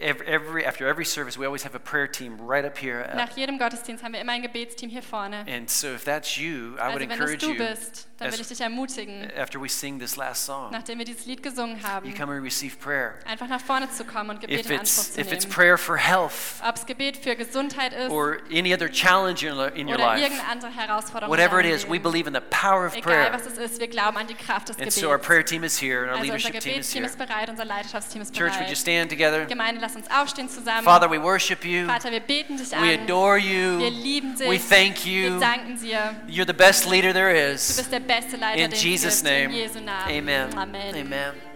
S1: ev- every after every service, we always have a prayer team right up here. uh,
S2: Nach jedem Gottesdienst haben wir immer ein Gebetsteam hier vorne.
S1: and so, if that's you, I would
S2: Also wenn es
S1: encourage
S2: du
S1: you.
S2: bist, dann
S1: as-
S2: würde ich dich ermutigen,
S1: after we sing this last song,
S2: nachdem wir dieses Lied gesungen
S1: you
S2: haben,
S1: come and receive prayer.
S2: einfach nach vorne zu kommen und Gebet
S1: If
S2: in Anspruch
S1: it's
S2: zu
S1: if it's
S2: nehmen.
S1: prayer for health
S2: Ob es Gebet für Gesundheit ist
S1: or any other challenge in, in your
S2: oder
S1: life,
S2: irgendeine andere Herausforderung. in
S1: whatever it
S2: deinem
S1: is, we
S2: Leben.
S1: believe in the power of
S2: Egal
S1: prayer.
S2: was es ist, wir glauben an die Kraft des
S1: And
S2: Gebets.
S1: so our prayer team is here, and our
S2: also unser
S1: leadership team is
S2: Gebetsteam
S1: here.
S2: ist bereit, unser Leiterschaftsteam ist
S1: Church, would you
S2: bereit.
S1: stand together?
S2: Gemeinde, lass uns aufstehen zusammen.
S1: Father, we worship you.
S2: Vater, wir beten dich
S1: We
S2: an.
S1: adore you.
S2: Wir lieben dich.
S1: We thank
S2: Wir
S1: you.
S2: danken dir.
S1: You're the best leader there
S2: Du
S1: is.
S2: bist der beste Leiter,
S1: In
S2: den es
S1: Jesus'
S2: gibt.
S1: name.
S2: In Jesu Namen.
S1: Amen.
S2: Amen.
S1: Amen.